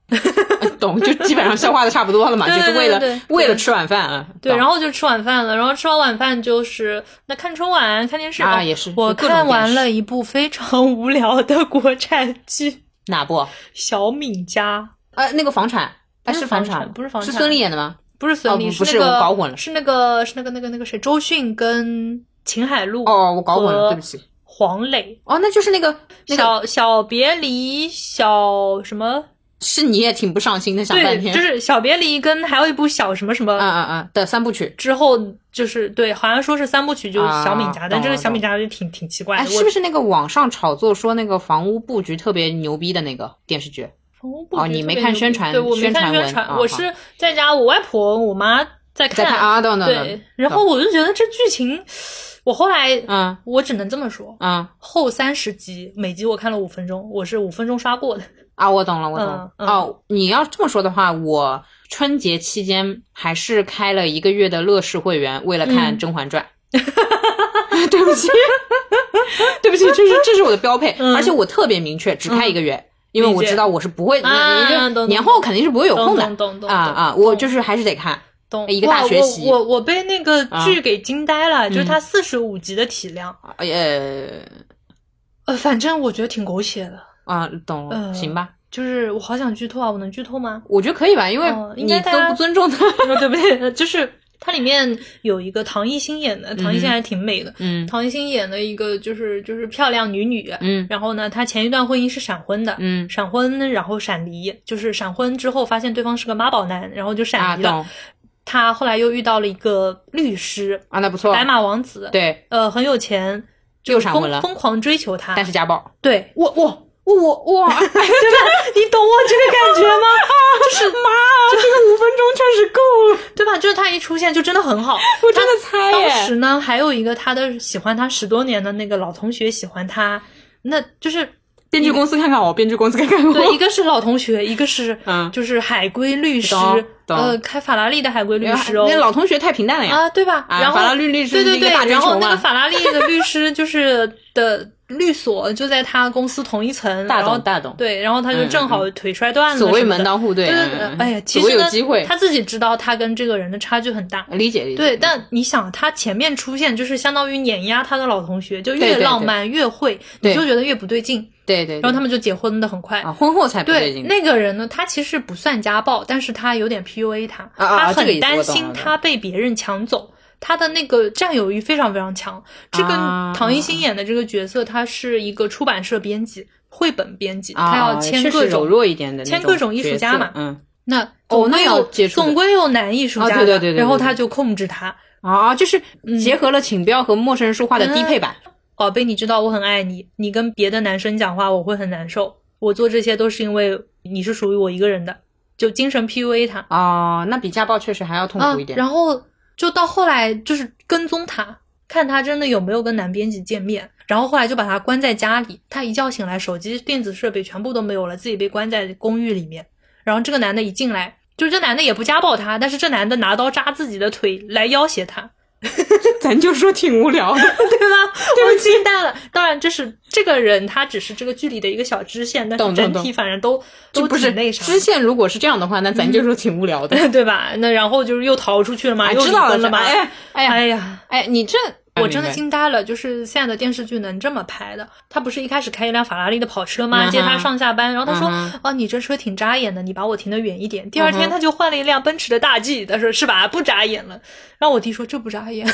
B: 懂，就基本上消化的差不多了嘛，
A: [LAUGHS] 对
B: 就是为了
A: 对对对
B: 为了吃晚饭啊。
A: 对，然
B: 后
A: 后就吃晚饭了，然后吃完晚饭就是那看春晚、看电视
B: 啊
A: 哦
B: 也是
A: 我
B: 就各种
A: 看完
B: 电视
A: 了一部非常无聊的国产剧《
B: 哪部？
A: 小敏家
B: 呃，那个房产，哎，
A: 不是房
B: 房
A: 产不是房
B: 是
A: 产
B: 孙俪演的吗？》，
A: 不是孙
B: 哦
A: 俪、
B: 不不
A: 那
B: 是
A: 个
B: 我搞混了
A: 是那个是那个那个那个谁，周迅跟秦海璐
B: 哦，我搞混了，
A: 和
B: 对不起。
A: 黄磊。
B: 哦，那就是那个那个，
A: 小小别离，小什么？
B: 是你也挺不上心的，想半
A: 对，
B: 天。
A: 就是小别离跟还有一部小什么什么，
B: 啊啊啊的三部曲，
A: 之后就是对，好像说是三部曲就是小敏家，但
B: 啊懂
A: 这个
B: 了
A: 小敏家就挺挺奇怪的。
B: 哎，
A: 我
B: 是不是那个网上炒作说那个房屋布局特别牛逼的那个电视剧？
A: 房屋布
B: 哦
A: 局
B: 你
A: 特
B: 没
A: 别
B: 看
A: 牛
B: 宣
A: 逼
B: 传
A: 对，我没
B: 宣
A: 看
B: 传
A: 宣
B: 文
A: 传，
B: 啊
A: 我
B: 好
A: 是在家，我外婆、我妈在
B: 在看啊，等等
A: 对
B: 等，，
A: 然后我就觉得这剧情，我后来
B: 嗯
A: 我只能这么说，
B: 嗯
A: 后三十集每集我看了五分钟，我是五分钟刷过的。
B: 啊，我懂了，我懂了。
A: 嗯嗯
B: 哦，你要这么说的话，我春节期间还是开了一个月的乐视会员，为了看
A: 嗯
B: 《甄
A: [LAUGHS]
B: 嬛传》 [LAUGHS] 对不起，对不起，这是这是我的标配，
A: 嗯
B: 而且我特别明确，只开一个月，因为我
A: 理解
B: 知道我是不会，
A: 啊
B: 因为
A: 懂懂
B: 年后肯定是不会有空
A: 懂
B: 的
A: 懂懂懂
B: 啊啊！
A: 懂
B: 我就是还是得看。
A: 懂
B: 一个大
A: 哇
B: 学习啊
A: 我我我被那个剧给惊呆了，就是
B: 嗯
A: 它四十五集的体量，
B: 呃
A: 呃，反正我觉得挺狗血的，
B: 啊，懂了，
A: 嗯
B: 行吧，
A: 就是我好想剧透啊，我能剧透吗？ [LAUGHS]
B: 我觉得可以吧，因为
A: 哦应
B: 你
A: 该大
B: 都
A: 家
B: 不尊重他。
A: 对不对？ [LAUGHS] 就是它里面有一个唐艺昕演的，唐艺昕还挺美的。
B: 嗯
A: 唐艺昕演的一个就是就是漂亮女女，
B: 嗯
A: 然后呢，她前一段婚姻是闪婚的，
B: 嗯
A: 闪婚然后闪离，就是闪婚之后发现对方是个妈宝男，然后就
B: 啊，
A: 闪离了。
B: 懂
A: 她后来又遇到了一个律师，
B: 啊，那不错
A: 白，马王子，，
B: 对，
A: 呃，很有钱，
B: 又闪婚
A: 疯
B: 了，
A: 疯狂追求她，
B: 但是家暴。 [LAUGHS]
A: 对，
B: 我我我 [LAUGHS] 我
A: 哎
B: 哇！
A: 对吧？你懂我这个感觉
B: [LAUGHS]
A: 吗？
B: 就是妈，这个五分钟确实够了，
A: 对吧？就是她一出现就真的很好，
B: 我真的猜
A: 当
B: 耶。
A: 时呢，还有一个他的喜欢他十多年的那个老同学喜欢他，那就是
B: 编 [LAUGHS] 剧公司看看我，编剧公司看看我。
A: 对，一个是老同学，一个是
B: 嗯
A: 就是海归律师
B: 懂，懂
A: 呃，开法拉利的海归律师哦，
B: 那老同学太平淡了呀。
A: 啊，对吧？
B: 啊
A: 然后
B: 法拉利律师
A: 对
B: 是
A: 对
B: 一个
A: 对
B: 大，真
A: 然后
B: 诚
A: 那
B: 啊
A: 个法拉利的律师就是的律所就在他公司同一层，
B: 大
A: 然后
B: 懂大懂
A: 对，然后他就
B: 嗯
A: 正好腿摔断了什
B: 所
A: 么的，
B: 谓门当户对，
A: 对对
B: 嗯
A: 对
B: 嗯，
A: 哎呀，其
B: 所谓
A: 实
B: 有
A: 呢
B: 机会，嗯
A: 他自己知道他跟这个人的差距很大。
B: 理解理解。
A: 对，但你想，他前面出现就是相当于碾压他的老同学，就越
B: 对对
A: 浪漫越会，
B: 对
A: 你就觉得越不对劲。
B: 对对，
A: 然后他
B: 们
A: 们就结婚的很快。
B: 啊，婚后才不对
A: 对，
B: 劲。
A: 那个人呢，他其实不算家暴，但是他有点 PUA 他，
B: 啊啊
A: 他
B: 这个
A: 很
B: 意思我
A: 担
B: 懂
A: 心
B: 我懂
A: 他被别人抢走。他的那个占有欲非常非常强。这个
B: 啊
A: 唐一新演的这个角色，他是一个出版社编辑、绘本编辑，
B: 啊，
A: 他要
B: 啊
A: 签
B: 确实
A: 各
B: 柔
A: 种。
B: 弱一点的那
A: 签各种艺术
B: 角
A: 家
B: 色
A: 嘛
B: 嗯
A: 那
B: 哦
A: 总
B: 那
A: 归
B: 要
A: 有
B: 接触的
A: 总归有男艺术
B: 啊
A: 家
B: 对对
A: 的
B: 对对
A: 然后
B: 对对
A: 他就控制他。哦
B: 啊，就是结合了请标和陌生人说话的低配版，
A: 宝贝，你知道我很爱你，你跟别的男生讲话我会很难受，我做这些都是因为你是属于我一个人的，就精神 PUA 他
B: 哦，那比家暴确实还要痛
A: 啊
B: 苦一，点。
A: 然后就到后来就是跟踪他，看他真的有没有跟男编辑见面，然后后来就把他关在家里，他一觉醒来，手机、电子设备全部都没有了，自己被关在公寓里面，然后这个男的一进来，就这男的也不家暴他，但是这男的拿刀扎自己的腿来要挟他，
B: [LAUGHS] 咱就说挺无聊的，
A: 对吧？我惊呆了。当然，这是这个人他只是这个剧里的一个小支线，但
B: 懂
A: 是
B: 懂
A: 整体
B: 懂
A: 反正都
B: 就
A: 都
B: 不
A: 挺
B: 是
A: 那啥嗯的
B: 支线。如果是这样的话，那咱就说挺无
A: [LAUGHS]
B: 聊的。
A: 对吧？那然后就是又逃出去了嘛，
B: 哎，
A: 又
B: 知
A: 离
B: 道
A: 婚
B: 了
A: 了嘛。
B: 哎哎呀
A: 哎呀，
B: 哎，你这
A: 我真的
B: 明白
A: 惊呆了，就是现在的电视剧能这么拍的。他不是一开始开一辆法拉利的跑车
B: 嗯
A: 吗？
B: 哼
A: 接他上下班，然后他说
B: 嗯：“
A: 哦，你这车挺扎眼的，你把我停得远一点。”第二天他就换了一辆奔驰的大 G，他说：“是吧？不扎眼了。”然后我弟说：“这不扎眼，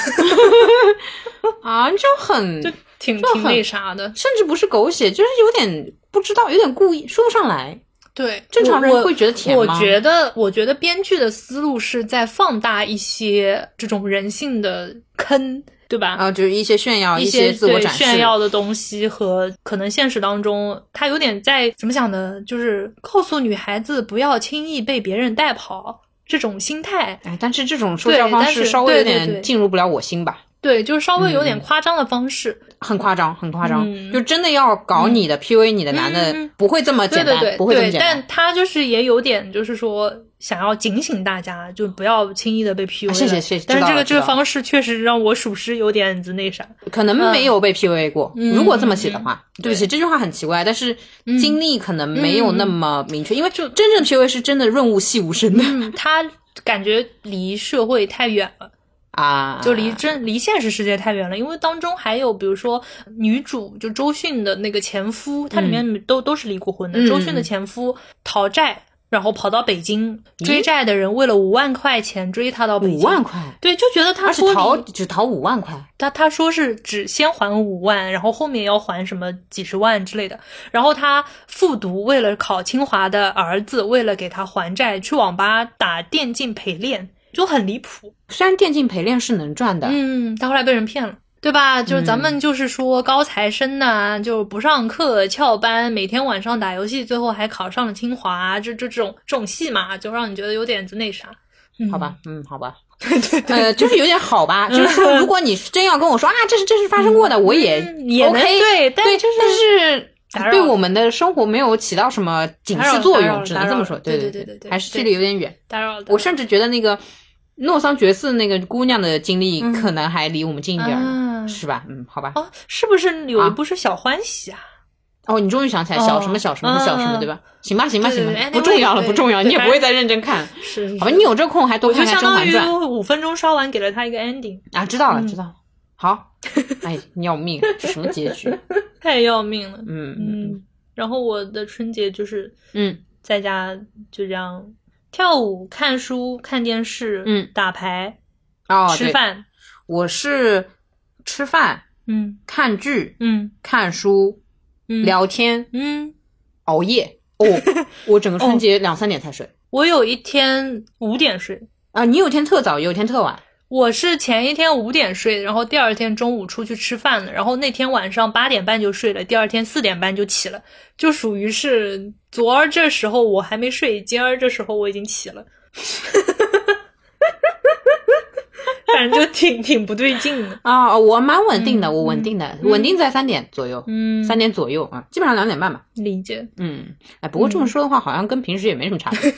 B: 啊，就很
A: 就挺
B: 就
A: 挺
B: 很
A: 那啥的。”
B: 甚至不是狗血，就是有点不知道，有点故意说不上来。
A: 对，
B: [LAUGHS] 正常人
A: 我
B: 会觉得甜
A: 我
B: 吗
A: 觉得，我觉得编剧的思路是在放大一些这种人性的坑，对吧？
B: 啊，就是一些炫耀，
A: 一
B: 些自我
A: 对
B: 展示，
A: 炫耀的东西和可能现实当中，他有点在怎么想呢？就是告诉女孩子不要轻易被别人带跑这种心态，
B: 哎，但是这种说
A: 对
B: 教方
A: 但
B: 式
A: 是
B: 稍微有
A: 对对
B: 点
A: 对
B: 进入不了我心吧，
A: 对，就是稍微有
B: 嗯
A: 点夸张的方式。
B: 很夸张，很夸张，
A: 嗯
B: 就真的要搞你的、PUA 你的男的、
A: 嗯嗯
B: 不会这么
A: 对
B: 简
A: 对
B: 单，
A: 对
B: 不会这么
A: 对，
B: 简
A: 但
B: 单。
A: 他就是也有点，就是说想要警醒大家，就不要轻易的被 PUA 了、
B: 啊谢谢谢谢
A: 但是
B: 知
A: 这个
B: 道了
A: 这个
B: 知道了
A: 方式确实让我属实有点子那啥。
B: 可能没有被 PUA 过，
A: 嗯嗯
B: 如果这么写的话，对不起，这句话很奇怪，但是经历可能没有那么明确，因为就真正 PUA 是真的润物细无声的、
A: 嗯，他感觉离社会太远了，
B: 啊，
A: 就离真离现实世界太远了，因为当中还有比如说女主就周迅的那个前夫，他里面都、都是离过婚的。
B: 嗯
A: 周迅的前夫讨债，然后跑到北京追债的人，为了五万块钱追他到北京。
B: 五万块，
A: 对，就觉得他
B: 而且
A: 脱离
B: 逃只逃五万块，
A: 他他说是只先还五万，然后后面要还什么几十万之类的。然后他复读，为了考清华的儿子，为了给他还债，去网吧打电竞陪练，就很离谱。
B: 虽然电竞陪练是能赚的，嗯
A: 嗯，他后来被人骗了。对吧？就是咱们就是说高材生呐、就是不上课、翘班，每天晚上打游戏，最后还考上了清华，这这这种这种戏码，就让你觉得有点子那啥。嗯、
B: 好吧，，嗯，
A: [LAUGHS]
B: 好吧，呃，就是有点好吧，就是说，如果你真要跟我说啊，这是这是发生过的，我也
A: 嗯也能
B: OK，
A: 对但
B: 对，
A: 就是
B: 但是
A: 打扰
B: 对我们的生活没有起到什么警示作用，只能这么说，
A: 打扰了打扰了
B: 对
A: 对
B: 对
A: 对对
B: 还是距离有点远。
A: 打扰了。
B: 我甚至觉得那个诺桑角色那个姑娘的经历
A: 嗯
B: 可能还离我们近一点儿，
A: 啊
B: 是吧？嗯，好吧。
A: 哦，是不是有
B: 啊
A: 一部是小欢喜啊？
B: 哦，你终于想起来小
A: 哦
B: 什么小什么小什么，
A: 嗯
B: 对吧？行吧，行吧，
A: 对对
B: 行吧
A: 对，
B: 不重要了，
A: anyway，
B: 不重要，
A: 对
B: 你也不会再认真看。
A: 是是
B: 好吧，你有这空还多
A: 我就
B: 看看《
A: 相
B: 甄
A: 当
B: 嬛
A: 于
B: 传》。
A: 五分钟刷完，给了他一个 ending，
B: 啊，知道了，
A: 嗯
B: 知道了。
A: [LAUGHS]
B: 好，哎，你要命，这什么结局？
A: 太要命了。
B: 嗯
A: 嗯，然后我的春节就是
B: 嗯
A: 在家就这样跳舞、看书、看电视、
B: 嗯
A: 打牌、
B: 哦，
A: 吃
B: 对，
A: 饭，
B: 我是吃饭、
A: 嗯
B: 看剧、
A: 嗯
B: 看书、
A: 嗯，
B: 聊天、
A: 嗯。
B: 熬夜。
A: [LAUGHS]
B: 哦，我整个
A: 哦
B: 春节两三点才睡
A: 我有一天五点睡，
B: 啊。你有天特早，有天特晚
A: 我是前一天五点睡，然后第二天中午出去吃饭了，然后那天晚上八点半就睡了，第二天四点半就起了，就属于是昨儿这时候我还没睡，今儿这时候我已经起了， [LAUGHS] 反正就挺挺不对劲的。
B: 啊。我蛮稳定的，
A: 嗯
B: 我稳定的，稳定在三点左右，
A: 嗯，
B: 三点左右啊，基本上两点半吧。
A: 理解。嗯 [LAUGHS]
B: 嗯，哎，不过这么说的话，好像跟平时也没什么差别。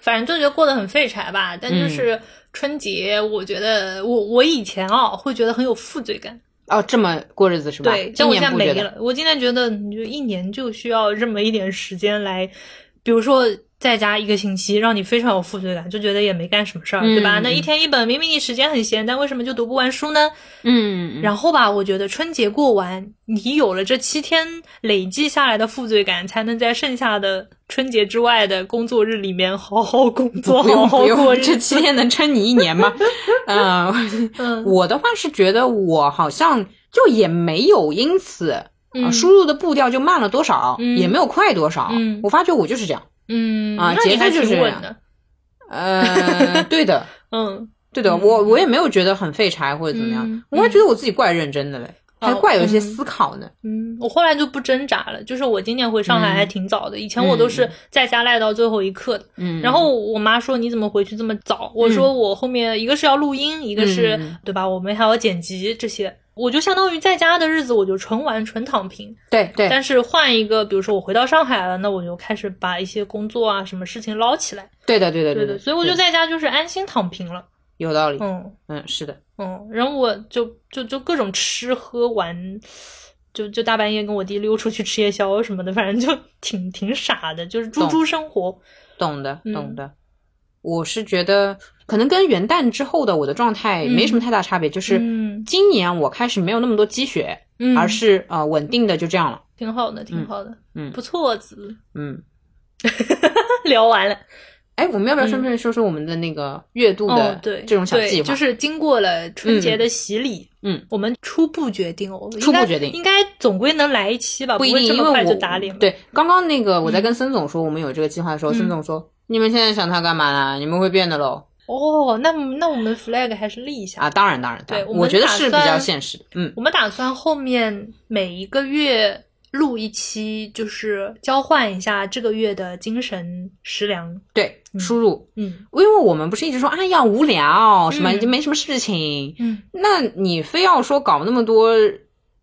A: 反正就觉得过得很废柴吧。但
B: 嗯
A: 就是春节，我觉得我我以前啊会觉得很有负罪感，
B: 哦，这么过日子是吧？
A: 对，
B: 今
A: 但我现
B: 年
A: 在
B: 不觉
A: 没
B: 得
A: 了。我今天觉得，你就一年就需要这么一点时间来，比如说在家一个星期，让你非常有负罪感，就觉得也没干什么事儿，对吧？
B: 嗯
A: 那一天一本，明明你时间很闲，但为什么就读不完书呢？
B: 嗯，
A: 然后吧，我觉得春节过完，你有了这七天累积下来的负罪感，才能在剩下的春节之外的工作日里面好好工作，
B: 不
A: 好
B: 用
A: 好
B: 不
A: 过
B: 用，
A: 日
B: 这
A: 子。
B: 七天能撑你一
A: [LAUGHS]
B: 年吗？嗯，
A: 嗯
B: 我的话是觉得我好像就也没有因此啊
A: 嗯
B: 输入的步调就慢了多少，
A: 嗯
B: 也没有快多少。
A: 嗯
B: 我发觉我就是这样。
A: 嗯，
B: 啊
A: 那你
B: 节
A: 还
B: 拍就是
A: 挺
B: 这
A: 稳
B: 样
A: 的。 [LAUGHS]
B: 呃，对的，
A: 嗯，
B: 对的，
A: 嗯
B: 我我也没有觉得很废柴或者怎么样，
A: 嗯
B: 我还觉得我自己怪认真的嘞，
A: 嗯
B: 还怪有一些
A: 嗯
B: 思考呢。
A: 嗯，我后来就不挣扎了。就是我今年回上海还挺早的，以前我都是在家赖到最后一刻的。
B: 嗯，
A: 然后我妈说你怎么回去这么早？我说我后面一个是要录音，一个是、
B: 嗯
A: 对吧？我们还要剪辑这些。我就相当于在家的日子，我就纯玩纯躺平。
B: 对对，
A: 但是换一个，比如说我回到上海了，那我就开始把一些工作啊、什么事情捞起来。
B: 对的对的
A: 对
B: 的，
A: 的，所以我就
B: 对
A: 在家就是安心躺平了。
B: 有道理。
A: 嗯
B: 嗯，是的，
A: 嗯，然后我就就就各种吃喝玩，就就大半夜跟我弟溜出去吃夜宵什么的，反正就挺挺傻的，就是猪
B: 懂
A: 猪生活。
B: 懂的
A: 嗯
B: 懂的。我是觉得可能跟元旦之后的我的状态没什么太大差别，就是
A: 嗯
B: 今年我开始没有那么多积雪，
A: 嗯，
B: 而是呃稳定的就这样了。
A: 挺好的，挺好的，
B: 嗯
A: 不错子。 [LAUGHS]
B: 嗯，
A: 聊完了，
B: 哎，我们要不要顺便说说我们的那个月度的
A: 嗯哦，对，
B: 这种小
A: 对
B: 计划？
A: 就是经过了春节的洗礼，
B: 嗯嗯，
A: 我们初步决定哦，
B: 初步
A: 应该
B: 决定
A: 应该总归能来一期啊吧，不
B: 不一
A: 会这
B: 定，因
A: 么快
B: 为
A: 就
B: 我
A: 打脸了。
B: 对刚刚那个我在跟孙总说我们有这个计划的时候，
A: 嗯
B: 孙总说你们现在想它干嘛啦？你们会变的喽
A: 哦，那那我们 flag 还是立一下。
B: 啊！当然当然，当然
A: 对我们
B: 我觉得是比
A: 打
B: 较
A: 算
B: 现实的。嗯，
A: 我们打算后面每一个月录一期，就是交换一下这个月的精神食粮。
B: 对，
A: 嗯
B: 输入，
A: 嗯
B: 因为我们不是一直说哎呀无聊什么，
A: 嗯
B: 就没什么事情，
A: 嗯，
B: 那你非要说搞那么多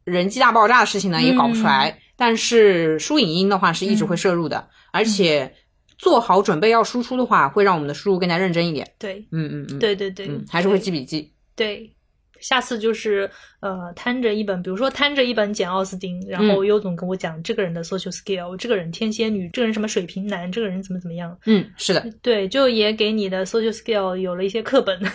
B: 人机大爆炸的事情呢，也搞不出来。
A: 嗯
B: 但是输影音的话是一直会摄入的，而且做好准备要输出的话，会让我们的输入更加认真一点。
A: 对
B: 嗯嗯嗯，，
A: 对对对，
B: 嗯，还是会
A: 对
B: 记笔记。
A: 对。下次就是呃，摊着一本，比如说摊着一本简奥斯汀，然
B: 嗯
A: 后优总跟我讲这个人的 social skill，、这个人天蝎女，这个人什么水瓶男，这个人怎么怎么样，
B: 嗯，是的
A: 对，就也给你的 social skill 有了一些课本。 [LAUGHS]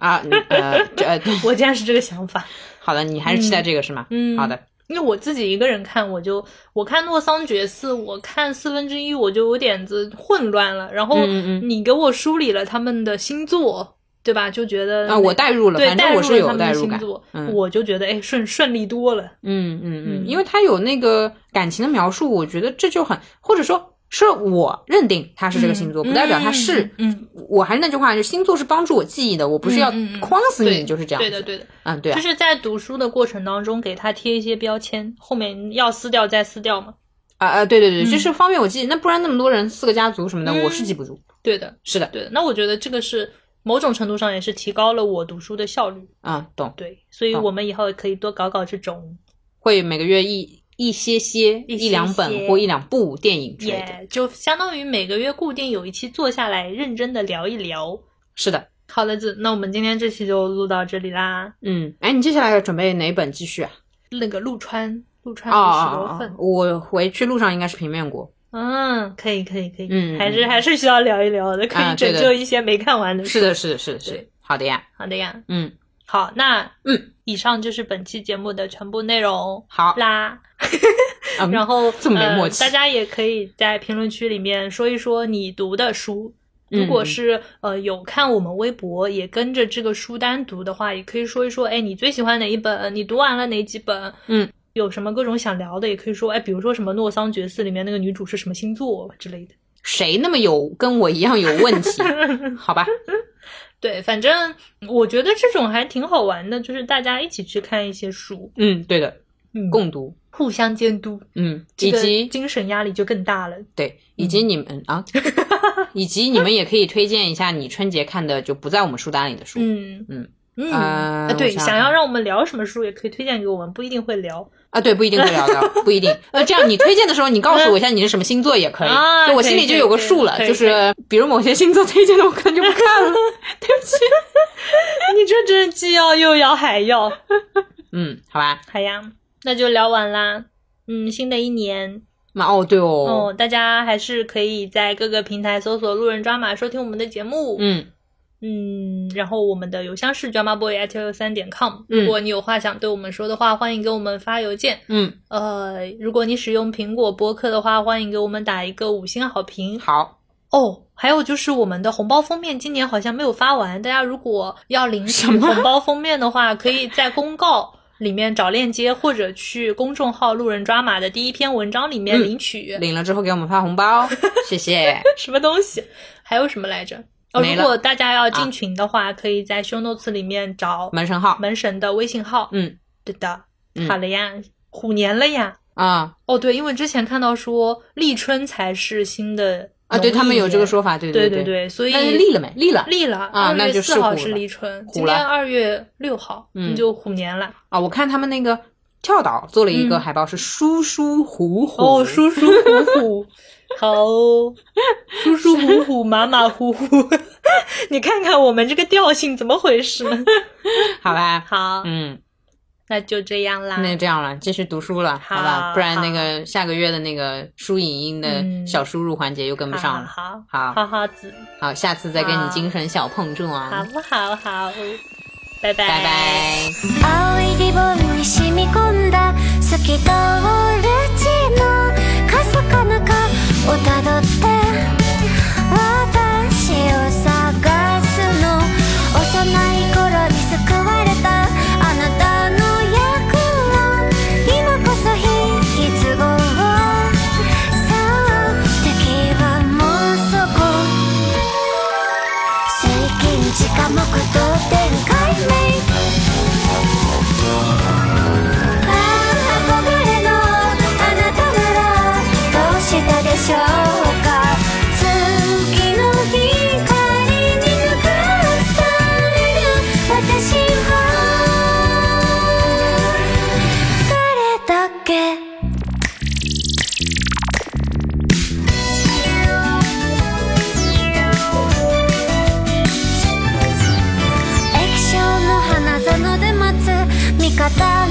B: 啊，
A: 嗯
B: 你呃，这呃，对
A: 我竟然是这个想法，
B: 好的，你还是期待这个是吗？
A: 嗯，
B: 好的，
A: 因为我自己一个人看，我就我看《诺桑觉寺》，我看四分之一，我就有点子混乱了。然后
B: 嗯嗯嗯
A: 你给我梳理了他们的星座，对吧？就觉得
B: 啊，我代入了，
A: 对
B: 反正
A: 带入
B: 我是
A: 了他
B: 有
A: 们
B: 代
A: 的
B: 入
A: 星
B: 感。
A: 座，
B: 嗯
A: 我就觉得哎顺顺利多了。
B: 嗯嗯嗯，
A: 嗯
B: 因为他有那个感情的描述，我觉得这就很，或者说是我认定他是这个星座，
A: 嗯
B: 不代表他是。
A: 嗯嗯嗯
B: 我还是那句话，就是星座是帮助我记忆的，我不是要
A: 嗯嗯嗯
B: 框死你，
A: 对
B: 就是这样
A: 对
B: 子。
A: 的对的，
B: 嗯，对啊
A: 就，是在读书的过程当中给他贴一些标签，后面要撕掉再撕掉嘛。
B: 啊啊，对对对，
A: 嗯
B: 这是方便我记忆，那不然那么多人四个家族什么的，
A: 嗯
B: 我是记不住。
A: 对的，
B: 是的，
A: 对的。那我觉得这个是某种程度上也是提高了我读书的效率。
B: 啊，懂，
A: 对，所以
B: 懂
A: 我们以后也可以多搞搞这种
B: 会每个月一一些些
A: 一些
B: 一两本
A: 些
B: 或一两部电影之类的。
A: 也就相当于每个月固定有一期坐下来认真的聊一聊。
B: 是的，
A: 好的，子，那我们今天这期就录到这里啦。
B: 嗯，哎，你接下来要准备哪本继续啊？
A: 那个陆川，陆川
B: 哦
A: 五十
B: 哦
A: 多
B: 哦
A: 份，，
B: 我回去路上应该是平面过。
A: 嗯，可以，可以，可以，
B: 嗯嗯
A: 还是还是需要聊一聊的，可
B: 啊
A: 以
B: 对
A: 拯
B: 的
A: 救一些没看完的。
B: 是，的，是的，是的，是的
A: 嗯对。
B: 好的呀，
A: 好的呀，
B: 嗯，
A: 好，那
B: 嗯，
A: 以上就是本期节目的全部内容
B: 好，
A: 啦。
B: 嗯
A: 然后
B: 这么没默契
A: 呃，大家也可以在评论区里面说一说你读的书。如果
B: 嗯
A: 是呃有看我们微博，也跟着这个书单读的话，也可以说一说，哎，你最喜欢哪一本？你读完了哪几本？
B: 嗯，
A: 有什么各种想聊的，也可以说，哎，比如说什么《诺桑觉寺》里面那个女主是什么星座啊之类的。
B: 谁那么有跟我一样有问题？
A: [LAUGHS]
B: 好吧，
A: 对，反正我觉得这种还挺好玩的，就是大家一起去看一些书，
B: 嗯，对的，
A: 嗯，
B: 共读，
A: 互相监督，
B: 嗯，
A: 这嗯
B: 以
A: 个
B: 及
A: 精神压力就更大了。
B: 对，以及你们啊， [LAUGHS] 以及你们也可以推荐一下你春节看的就不在我们书单里的书。
A: 嗯
B: 嗯，
A: 嗯，
B: 啊
A: 啊对，
B: 我想
A: 想要让我们聊什么书，也可以推荐给我们，不一定会聊。
B: 啊，对，不一定会聊到，不一定。呃，这样你推荐的时候，你告诉我一下你是什么星座也可以，
A: 啊
B: 就我
A: 可以
B: 心里
A: 可
B: 就
A: 以
B: 有个
A: 可以
B: 数了。
A: 可以
B: 就
A: 可以
B: 是比如某些星座推荐的，我可能就不看了。 [LAUGHS] 对不起。
A: 你这真是既要又要还要，
B: 嗯，好吧。
A: 好呀，那就聊完啦。嗯，新的一年
B: 那哦，对哦，
A: 哦，大家还是可以在各个平台搜索“路人抓马”收听我们的节目。
B: 嗯，
A: 嗯，然后我们的邮箱是 dramaboy at 1 6 3点 com。
B: 嗯
A: 如果你有话想对我们说的话，欢迎给我们发邮件。
B: 嗯，
A: 呃，如果你使用苹果播客的话，欢迎给我们打一个五星好评。
B: 好，
A: 哦，还有就是我们的红包封面今年好像没有发完，大家如果要领取
B: 什么
A: 红包封面的话，可以在公告里面找链接，或者去公众号“路人抓马”的第一篇文章里面
B: 嗯
A: 领取。
B: 领了之后给我们发
A: [LAUGHS]
B: 红包，谢谢。
A: 什么东西？还有什么来着？哦，
B: 没
A: 如
B: 了啊
A: 果大家要进群的话，可以在 show notes 里面找
B: 门神号，
A: 门神的微信号。
B: 嗯，
A: 对的。
B: 嗯
A: 好了呀，虎年了呀。
B: 啊
A: 哦，对，因为之前看到说立春才是新的
B: 啊，对
A: 农历
B: 他们有这个
A: 年，
B: 说法，对
A: 对
B: 对。
A: 对，所以
B: 但是立了没？立
A: [LAUGHS]
B: 了
A: 立了
B: 啊
A: 二
B: 那
A: 月
B: 就
A: 四
B: 是
A: 号
B: 虎
A: 是
B: 了
A: 立春，今
B: 虎了
A: 天二月六号，
B: 嗯
A: 你就虎年了。
B: 啊！我看他们那个跳岛做了一个
A: 嗯
B: 海报，是舒舒虎虎
A: 哦，舒舒虎虎，
B: [LAUGHS]
A: 好哦，舒舒虎虎，马马虎 [LAUGHS] 虎，你看看我们这个调性怎么回事呢？ [LAUGHS]
B: 好吧，
A: 好，
B: 嗯，
A: 那就这样啦。
B: 那就这样了，继续读书了，好吧？
A: 好
B: 不然那个下个月的那个书影音的
A: 嗯
B: 小输入环节又跟不上了。
A: 好
B: 好
A: 好好好子，
B: 好，下次再跟你
A: 好
B: 精神小碰撞
A: 好
B: 啊！
A: 不好？好，拜拜
B: 拜拜。
C: 青いリボンに染み込んだ透き通る血のかすかな顔をたどって私を探すの幼い頃に救われたあなたの役を今こそ引き継ごうさあ敵はもうそこ水金地下木道天開明憧れのあなたならどうしたでしょうか月の光に抜かされる私は誰だっけ液晶の花園で待つ味方